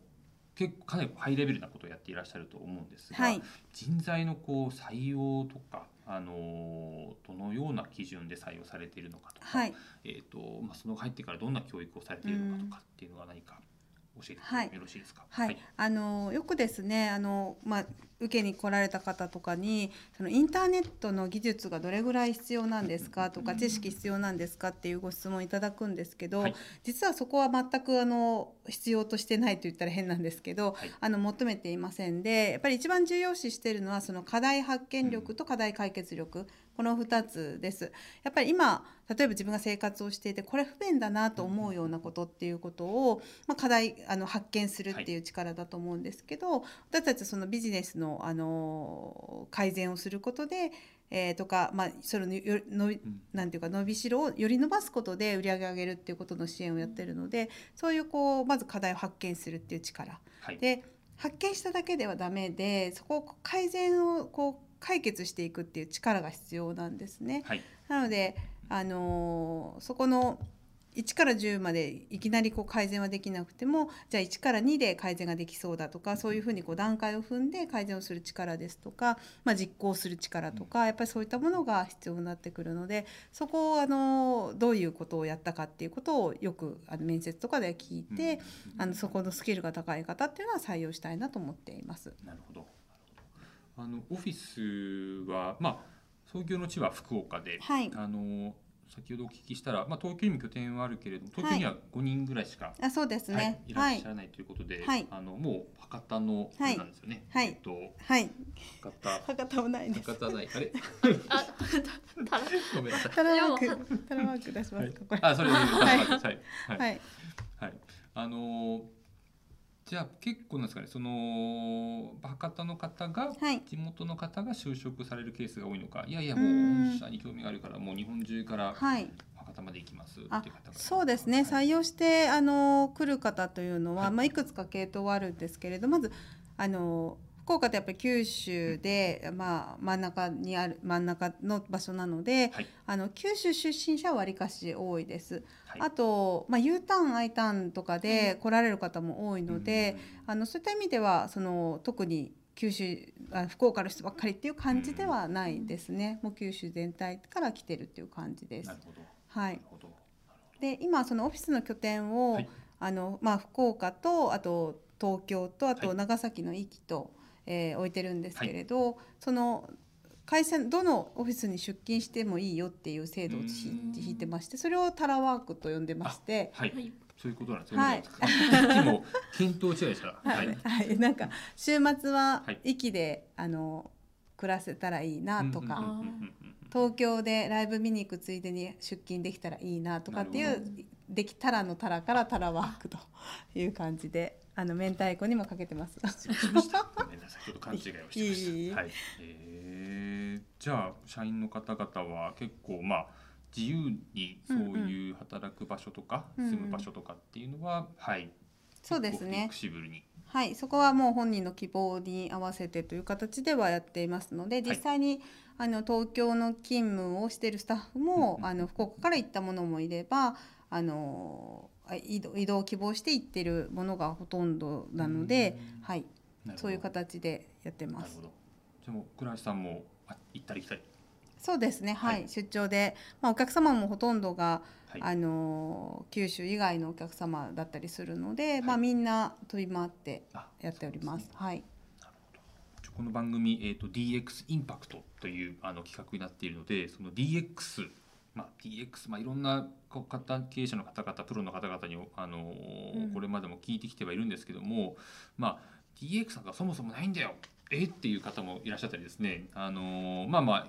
Speaker 3: 結構かなりハイレベルなことをやっていらっしゃると思うんですが、
Speaker 4: はい
Speaker 3: 人材のこう採用とか、あのーどのような基準で採用されているのかとか、
Speaker 4: はい
Speaker 3: えーとまあ、その入ってからどんな教育をされているのかとかっていうのは何か教えてもらってもよろしいですか。
Speaker 4: はい、あのよくですねあの、まあ、受けに来られた方とかにそのインターネットの技術がどれぐらい必要なんですかとか知識必要なんですかっていうご質問いただくんですけど、
Speaker 3: はい
Speaker 4: 実はそこは全くあの必要としてないと言ったら変なんですけど、
Speaker 3: はい
Speaker 4: あの求めていませんでやっぱり一番重要視しているのはその課題発見力と課題解決力、この2つです。やっぱり今例えば自分が生活をしていてこれ不便だなと思うようなことっていうことを、まあ、課題あの発見するっていう力だと思うんですけど、私たちそのビジネスのあの改善をすることで、えーとか、まあ、それのよの
Speaker 3: うん
Speaker 4: なんていうか伸びしろをより伸ばすことで売り上げを上げるっていうことの支援をやってるのでそういうこうまず課題を発見するっていう力
Speaker 3: はい
Speaker 4: で発見しただけではダメでそこを改善をこう解決していくっていう力が必要なんですね。
Speaker 3: はい
Speaker 4: なので、あのーそこの1から10までいきなりこう改善はできなくてもじゃあ1から2で改善ができそうだとかそういうふうにこう段階を踏んで改善をする力ですとか、まあ、実行する力とかやっぱりそういったものが必要になってくるのでそこを、あのーどういうことをやったかっていうことをよくあの面接とかで聞いて、
Speaker 3: うん
Speaker 4: あのそこのスキルが高い方っていうのは採用したいなと思っています。
Speaker 3: なるほどなるほどあのオフィスは、まあ、創業の地は福岡で、
Speaker 4: はい
Speaker 3: あの先ほどお聞きしたら、まあ、東京にも拠点はあるけれども東京には5人ぐらいしか、
Speaker 4: あそうですね、
Speaker 3: い、い
Speaker 4: は
Speaker 3: らっ
Speaker 4: い
Speaker 3: しゃらないということで、
Speaker 4: はい
Speaker 3: あのもう博多の、
Speaker 4: はい
Speaker 3: あれなんですよね、
Speaker 4: はい
Speaker 3: えっと、
Speaker 4: はい、
Speaker 3: 博多
Speaker 4: 博多もないです。
Speaker 3: 博多ない
Speaker 4: *laughs*
Speaker 3: あれ
Speaker 2: あ、たら
Speaker 3: ごめんなさい
Speaker 4: タラワーク、タラワーク出しま
Speaker 3: は
Speaker 4: す
Speaker 3: い
Speaker 4: か、これ。
Speaker 3: あそれではいはいはい
Speaker 4: はい、
Speaker 3: はい、あのーじゃあ結構なんですかねその博多の方が、
Speaker 4: はい
Speaker 3: 地元の方が就職されるケースが多いのかいやいや
Speaker 4: う
Speaker 3: も
Speaker 4: ん
Speaker 3: う本社に興味があるからもう日本中から
Speaker 4: はい、
Speaker 3: 博多まで行きますっていう
Speaker 4: あ
Speaker 3: 方が、
Speaker 4: そうですね、
Speaker 3: はい
Speaker 4: 採用して、あの、来る方というのは、
Speaker 3: はい
Speaker 4: まあ、いくつか系統はあるんですけれど、まず。あの、福岡ってやっぱり九州で、まあ、真ん中にある真ん中の場所なので、
Speaker 3: はい
Speaker 4: あの九州出身者はわりかし多いです。
Speaker 3: はい
Speaker 4: あと、まあ、U ターン I ターンとかで来られる方も多いので、あのそういった意味ではその特に九州あ福岡の人ばっかりっていう感じではないですね、もう九州全体から来てるっていう感じ
Speaker 3: う
Speaker 4: で
Speaker 3: ん
Speaker 4: す
Speaker 3: な。るほど、
Speaker 4: は
Speaker 3: ないる、ほどなるほど
Speaker 4: で今そのオフィスの拠点を、
Speaker 3: はい
Speaker 4: あのまあ、福岡とあと東京とあ
Speaker 3: は
Speaker 4: と
Speaker 3: い
Speaker 4: 長崎の壱岐と、えー置いてるんですけれど、その会社どのオフィスに出勤してもいいよっていう制度をひ
Speaker 3: うん
Speaker 4: 引いてましてそれをタラワークと呼んでまして。
Speaker 3: はい、
Speaker 2: はい
Speaker 3: そういうことなんですね。
Speaker 4: はい
Speaker 3: さっきも検討違いでした。はい。
Speaker 4: はい、 *laughs* なんか週末は
Speaker 3: はい
Speaker 4: 壱岐で、あの暮らせたらいいなとか、
Speaker 3: うんうんうん
Speaker 4: 東京でライブ見に行くついでに出勤できたらいいなとかってい
Speaker 3: なる
Speaker 4: うできたらのたらからたらワークという感じであの明太子にもかけてます。
Speaker 3: 失礼しました。ごめんなさい。ちょっと勘違いをしてま
Speaker 4: いえいえい
Speaker 3: し
Speaker 4: え
Speaker 3: た。はい。えーじゃあ社員の方々は結構まあ自由にそういう働く場所とか、
Speaker 4: うんうん
Speaker 3: 住む場所とかっていうのは、はい。
Speaker 4: そうで
Speaker 3: 結構
Speaker 4: す
Speaker 3: フレ
Speaker 4: ね
Speaker 3: キ。シブルに。
Speaker 4: はい、そこはもう本人の希望に合わせてという形ではやっていますので、実際に、あの東京の勤務をしているスタッフも、
Speaker 3: うんうん
Speaker 4: あの福岡から行ったものもいれば、あのあ移動移動を希望して行ってるものがほとんどなので、
Speaker 3: うん
Speaker 4: はい、
Speaker 3: なるほど
Speaker 4: そういう。形でやって
Speaker 3: な
Speaker 4: ま
Speaker 3: る
Speaker 4: す
Speaker 3: ほ。ど。じゃあもう倉橋さんもあ行ったり来たり。
Speaker 4: そうですね、はい、
Speaker 3: はい
Speaker 4: 出張で、まあ、お客様もほとんどが、
Speaker 3: はい。
Speaker 4: あの九州以外のお客様だったりするので、ま
Speaker 3: は
Speaker 4: あ
Speaker 3: い
Speaker 4: みんな飛び回って
Speaker 3: あ
Speaker 4: やっております。
Speaker 3: そうでね
Speaker 4: はい。
Speaker 3: なるほどじゃあこの番組、えー、と DX インパクトというあの企画になっているのでその DX まあ、DX、まあ、いろんなこう方経営者の方々プロの方々に、あのー
Speaker 4: うん
Speaker 3: これまでも聞いてきてはいるんですけども、まあ、DX なんかそもそもないんだよえっていう方もいらっしゃったりですね、あのーまあまあ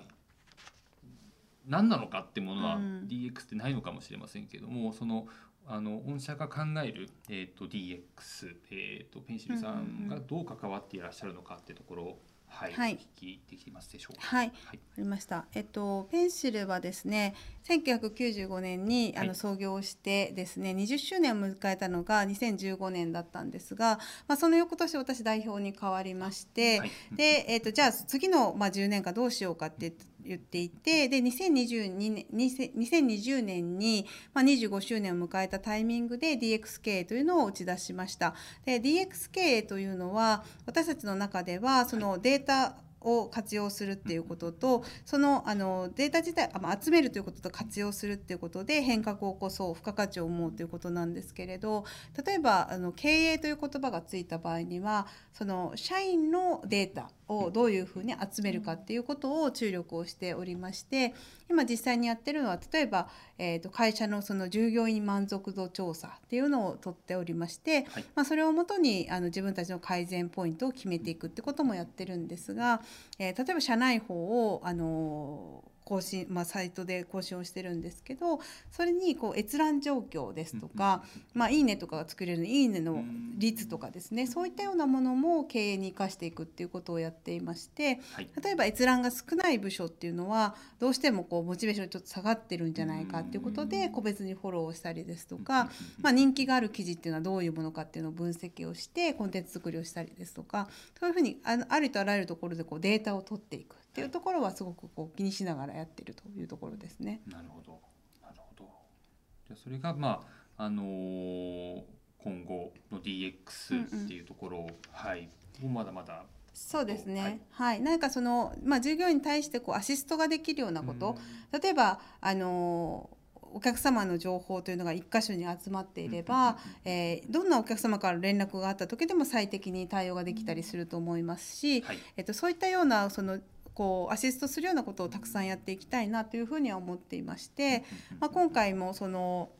Speaker 3: 何なのかってものは
Speaker 4: うん
Speaker 3: DX ってないのかもしれませんけども、そのあの御社が考える、えー、と DX、えー、とペンシルさんが
Speaker 4: うん
Speaker 3: どう関わっていらっしゃるのかってところを、はい
Speaker 4: はい
Speaker 3: 聞いてきてますでしょうか。
Speaker 4: はい、わか
Speaker 3: はい
Speaker 4: りました。えっとペンシルはですね、1995年にあ
Speaker 3: は
Speaker 4: の
Speaker 3: い
Speaker 4: 創業してですね、20周年を迎えたのが2015年だったんですが、まあその翌年私代表に変わりまして、
Speaker 3: はい
Speaker 4: で、えー、とじゃあ次の、まあ、10年間どうしようかって言っていてで2022年2000 2020年に、まあ、25周年を迎えたタイミングで DX 経営というのを打ち出しました。で DX 経営というのは私たちの中ではそのデータを活用するっていうこととそのあのデータ自体あまあ集めるということと活用するっていうことで変革を起こそう付加価値を生もうということなんですけれど例えばあの経営という言葉がついた場合にはその社員のデータをどういうふうに集めるかっていうことを注力をしておりまして今実際にやってるのは例えば、えー、と会社のその従業員満足度調査っていうのを取っておりまして、
Speaker 3: はい
Speaker 4: まあ、それをもとにあの自分たちの改善ポイントを決めていくってこともやってるんですが、えー例えば社内報を、あのー更新まあ、サイトで更新をしてるんですけどそれにこう閲覧状況ですとか、まあ、いいねとかが作れるいいねの率とかですねそういったようなものも経営に生かしていくっていうことをやっていまして
Speaker 3: はい
Speaker 4: 例えば閲覧が少ない部署っていうのはどうしてもこうモチベーションちょっと下がってるんじゃないかっていうこと
Speaker 3: う
Speaker 4: で
Speaker 3: ん
Speaker 4: 個別にフォローをしたりですと
Speaker 3: う
Speaker 4: か
Speaker 3: ん、
Speaker 4: まあ、人気がある記事っていうのはどういうものかっていうのを分析をしてコンテンツ作りをしたりですとかそういうふうにあのありとあらゆるところでこうデータを取っていくっていうところはすごくこう気にしながらやってるというところですね。
Speaker 3: なるほど、なるほど。じゃあそれがまああのー今後の DX っていうところを、はい、もうまだまだ
Speaker 4: そうですね、
Speaker 3: は
Speaker 4: はいいなんかその、まあ、従業員に対してこうアシストができるようなこと、例えば、あのお客様の情報というのが一箇所に集まっていれば、えーどんなお客様から連絡があった時でも最適に対応ができたりすると思いますし、
Speaker 3: はい
Speaker 4: えっと、そういったようなそのこうアシストするようなことをたくさんやっていきたいなというふうには思っていまして、まあ、今回もその、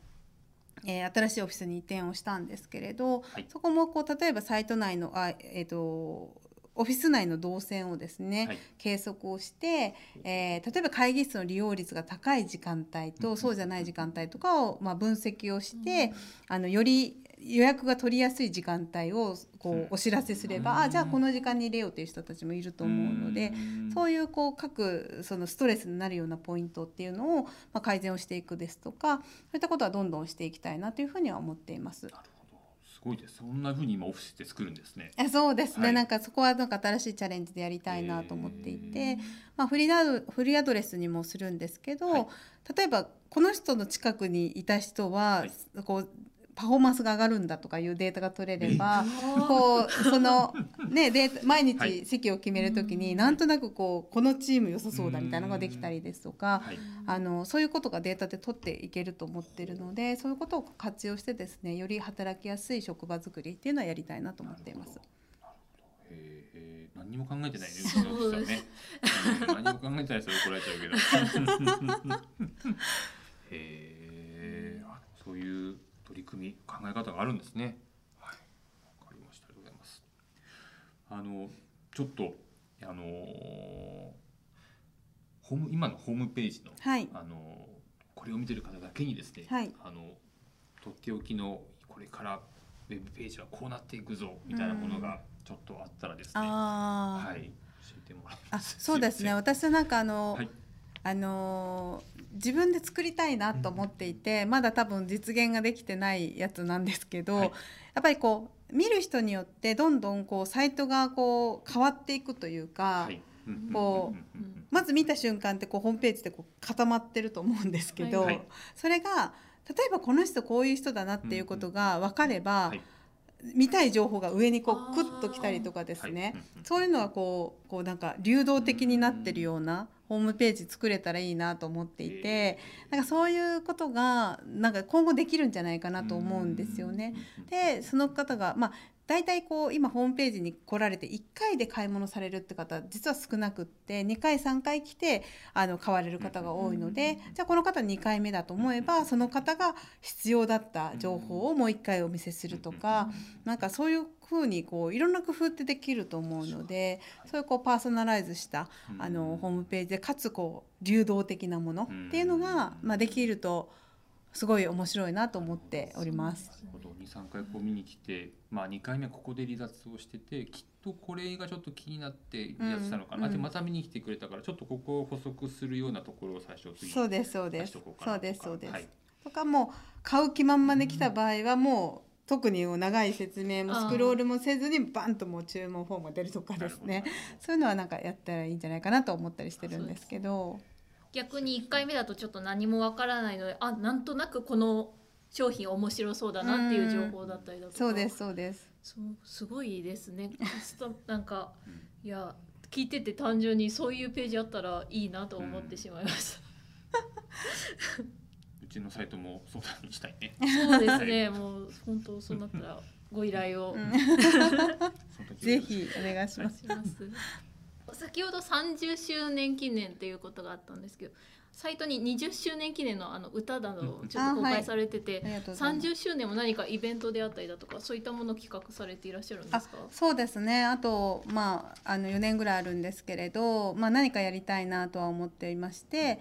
Speaker 4: えー新しいオフィスに移転をしたんですけれど、
Speaker 3: はい
Speaker 4: そこもこう例えばサイト内のあ、えー、とオフィス内の動線をですね、
Speaker 3: はい
Speaker 4: 計測をして、えー例えば会議室の利用率が高い時間帯
Speaker 3: うん
Speaker 4: とそうじゃない時間帯とかを、まあ、分析をして、あのより予約が取りやすい時間帯をこ
Speaker 3: うん
Speaker 4: うお知らせすれば、
Speaker 3: うん
Speaker 4: あじゃあこの時間に入れようという人たちもいると思うので、そう
Speaker 3: い
Speaker 4: いうこう各そのストレスになるようなポイントっていうのを、まあ、 *laughs* 改善をしていくですとかそういったことはどんどんしていきたいなというふうには思っています。
Speaker 3: うんなるほどすごいです。そんな風に今オフィスって作るんですね。
Speaker 4: えそうですね、
Speaker 3: はい
Speaker 4: なんかそこはなんか新しいチャレンジでやりたいなと思っていて、まあ、フリーダウフリーアドレスにもするんですけど、
Speaker 3: はい
Speaker 4: 例えばこの人の近くにいた人は、
Speaker 3: はい
Speaker 4: こうパフォーマンスが上がるんだとかいうデータが取れれば。
Speaker 2: おー
Speaker 4: こうそ *laughs* のねデータ毎
Speaker 3: は
Speaker 4: 日
Speaker 3: い
Speaker 4: 席を決めるときに、
Speaker 2: うん
Speaker 4: なんとなくこうこのチーム良さそうだみたいなのができたりですとか、
Speaker 3: はい。
Speaker 4: あのそういうことがデータで取っていけると思ってるのでそういうことを活用してですねより働きやすい職場作りっていうのはやりたいなと思っていま
Speaker 3: な
Speaker 4: す
Speaker 3: る。ほど。へえ何にも考えてないね。うちのオフィスはね。うん何も考えてない人は怒られちゃう
Speaker 4: *laughs*
Speaker 3: けど。へえあそういう取り組み考え方があるんですね。はい。わかりました。ありがとうございます。あのちょっとあのホーム今のホームページの
Speaker 4: はい、
Speaker 3: あのこれを見てる方だけにですね、
Speaker 4: はい
Speaker 3: あのとっておきのこれからウェブページはこうなっていくぞみたいなものがちょっとあったらですね、は
Speaker 4: あー、
Speaker 3: い、教えてもらえ
Speaker 4: あ
Speaker 3: ます
Speaker 4: そうですね
Speaker 3: いま
Speaker 4: 私はなんかあ
Speaker 3: せん
Speaker 4: の、
Speaker 3: はい、
Speaker 4: あのー自分で作りたいなと思っていて、まだ多分実現ができてないやつなんですけど、
Speaker 3: はい
Speaker 4: やっぱりこう見る人によってどんどんこうサイトがこう変わっていくというか、
Speaker 3: はい、うん
Speaker 4: こ
Speaker 3: うんうんうん
Speaker 4: まず見た瞬間ってこうホームページでこう固まってると思うんですけど、
Speaker 3: はい
Speaker 4: それが例えばこの人こういう人だなっていうことが分かれば、
Speaker 3: はい
Speaker 4: 見たい情報が上にこ
Speaker 2: あー
Speaker 4: うクッときたりとかですね、
Speaker 3: はいうんうん
Speaker 4: そういうのはこうこうなんか流動的になってるようなホームページ作れたらいいなと思っていて、なんかそういうことがなんか今後できるんじゃないかなと思うんですよね。。
Speaker 3: うんうんうん
Speaker 4: でその方がまあ大体こう今ホームページに来られて1回で買い物されるって方実は少なくって2回3回来てあの買われる方が多いのでじゃあこの方2回目だと思えばその方が必要だった情報をもう1回お見せするとかなんかそういうふうにこういろんな工夫ってできると思うのでそういうこうパーソナライズした
Speaker 3: うん
Speaker 4: あのホームページでかつこう流動的なものっていうのが
Speaker 3: うん
Speaker 4: まあできるとすごい面白いなと思っております。
Speaker 3: なるほど23回こう見に来て、まあ、2回目ここで離脱をしててきっとこれがちょっと気になって離脱したのかな、
Speaker 4: うん
Speaker 3: で
Speaker 4: うん
Speaker 3: また見に来てくれたからちょっとここを補足するようなところを最初次
Speaker 4: そうですそう
Speaker 3: 出
Speaker 4: で
Speaker 3: し
Speaker 4: す
Speaker 3: とこうか
Speaker 4: そ
Speaker 3: な
Speaker 4: う
Speaker 3: とか
Speaker 4: ですそうです、
Speaker 3: はい
Speaker 4: とかもう買う気満々で来た場合はもう、特に長い説明も
Speaker 2: あー
Speaker 4: スクロールもせずにバンともう注文フォームが出るとかですねそういうのはなんかやったらいいんじゃないかなと思ったりしてるんですけど
Speaker 2: 逆に1回目だとちょっと何もわからないのであなんとなくこの商品面白そうだなっていう情報だったりだとか
Speaker 4: そうですそうです
Speaker 2: そうすごいですねスタなんか
Speaker 3: うん
Speaker 2: いや聞いてて単純にそういうページあったらいいなと思ってしまいました、
Speaker 3: うちのサイトも相談したい
Speaker 4: *laughs*
Speaker 3: ね
Speaker 2: そうです
Speaker 3: は
Speaker 2: ね、もう本当そうなったらご依頼を
Speaker 4: うん
Speaker 3: その時
Speaker 4: ぜひお願いします
Speaker 2: します。先ほど30周年記念ということがあったんですけど、サイトに20周年記念のあの歌などをちょっと公
Speaker 4: あは
Speaker 2: 開
Speaker 4: い
Speaker 2: されてて、
Speaker 4: ありがとうございます
Speaker 2: 30周年も何かイベントであったりだとかそういったものを企画されていらっしゃるんですか？
Speaker 4: そうですねあとまああの4年ぐらいあるんですけれど、まあ、何かやりたいなとは思っていまして、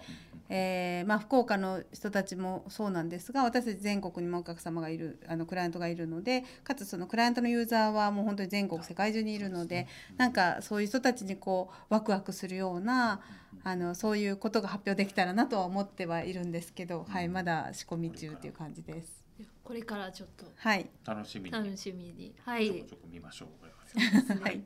Speaker 4: えーまあ、福岡の人たちもそうなんですが私たち全国にもお客様がいるあのクライアントがいるのでかつそのクライアントのユーザーはもう本当に全国世界中にいるのでなんかそういう人たちにこうワクワクするようなあのそういうことが発表できたらなとは思ってはいるんですけど、はい、まだ仕込み中っていう感じです。
Speaker 2: いやこれからちょっと
Speaker 4: はい、
Speaker 3: 楽しみに
Speaker 2: 楽しみに、は
Speaker 3: ちょこ
Speaker 2: い
Speaker 3: ち、ょこ見ましょう我
Speaker 2: そう
Speaker 3: 々
Speaker 2: ですね
Speaker 4: はい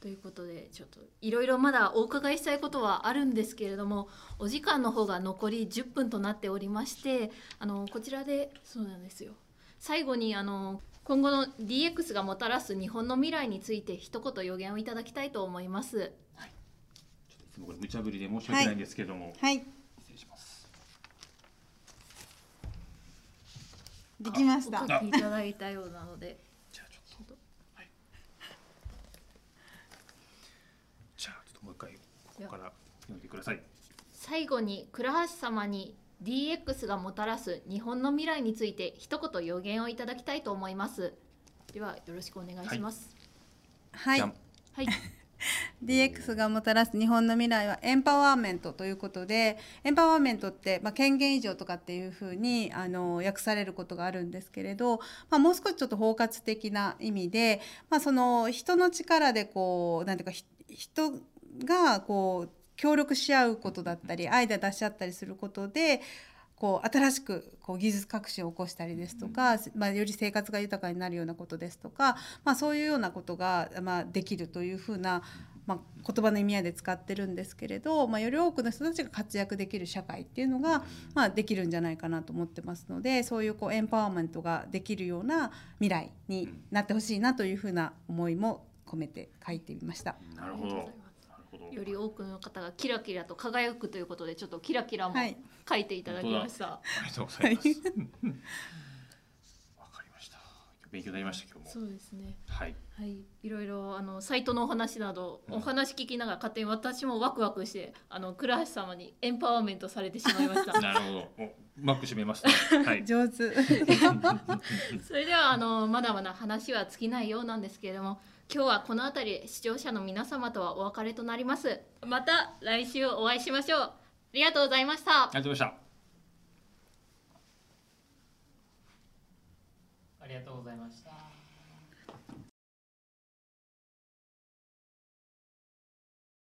Speaker 2: ということでちょっといろいろまだお伺いしたいことはあるんですけれどもお時間の方が残り10分となっておりましてあのこちらでそうなんですよ最後にあの今後の DX がもたらす日本の未来について一言予言をいただきたいと思います。
Speaker 3: ちょっといつもこれ無茶ぶりで申し訳ないんですけども、
Speaker 4: はい、
Speaker 3: 失礼します
Speaker 4: できまし
Speaker 2: お
Speaker 4: た
Speaker 2: 書。きいただいたようなので
Speaker 3: じゃあちょっと
Speaker 2: ちょっと
Speaker 3: じゃあちょっともう一回ここから読んでください
Speaker 2: 最後に倉橋様に DX がもたらす日本の未来について一言予言をいただきたいと思います。ではよろしくお願いします。
Speaker 4: は
Speaker 3: じゃ
Speaker 4: い
Speaker 3: ん。
Speaker 2: はい、
Speaker 4: DX がもたらす日本の未来はエンパワーメントということでエンパワーメントって、まあ、権限以上とかっていうふうにあの訳されることがあるんですけれど、まあ、もう少しちょっと包括的な意味で、まあ、その人の力でこうなんていうかひ人がこう協力し合うことだったりアイデア出し合ったりすることでこう新しくこう技術革新を起こしたりですとか、まあ、より生活が豊かになるようなことですとか、まあ、そういうようなことが、まあ、できるというふうな、まあ、言葉の意味合いで使ってるんですけれど、まあ、より多くの人たちが活躍できる社会っていうのが、まあ、できるんじゃないかなと思ってますのでそういうこうエンパワーメントができるような未来になってほしいなというふうな思いも込めて書いてみました。
Speaker 3: なるほど。なるほど。
Speaker 2: より多くの方がキラキラと輝くということでちょっとキラキラも
Speaker 4: はい
Speaker 2: 書いていただきました、
Speaker 3: ありがとうございます。うんうんわかりました。勉強になりました今日も。
Speaker 2: そうですね
Speaker 3: はい。
Speaker 2: はい、いろいろあのサイトのお話など、
Speaker 3: うん
Speaker 2: お話聞きながら勝手に私もワクワクしてあの倉橋様にエンパワーメントされてしまいま
Speaker 3: *laughs*
Speaker 2: した
Speaker 3: なるほど。おうまく締め
Speaker 2: *laughs*
Speaker 3: ました。はい。
Speaker 4: 上手
Speaker 2: それではあのまだまだ話は尽きないようなんですけれども今日はこの辺りで視聴者の皆様とはお別れとなりますまた来週お会いしましょうありがとうございました
Speaker 3: ありがとうございました。
Speaker 5: ありがとうございました。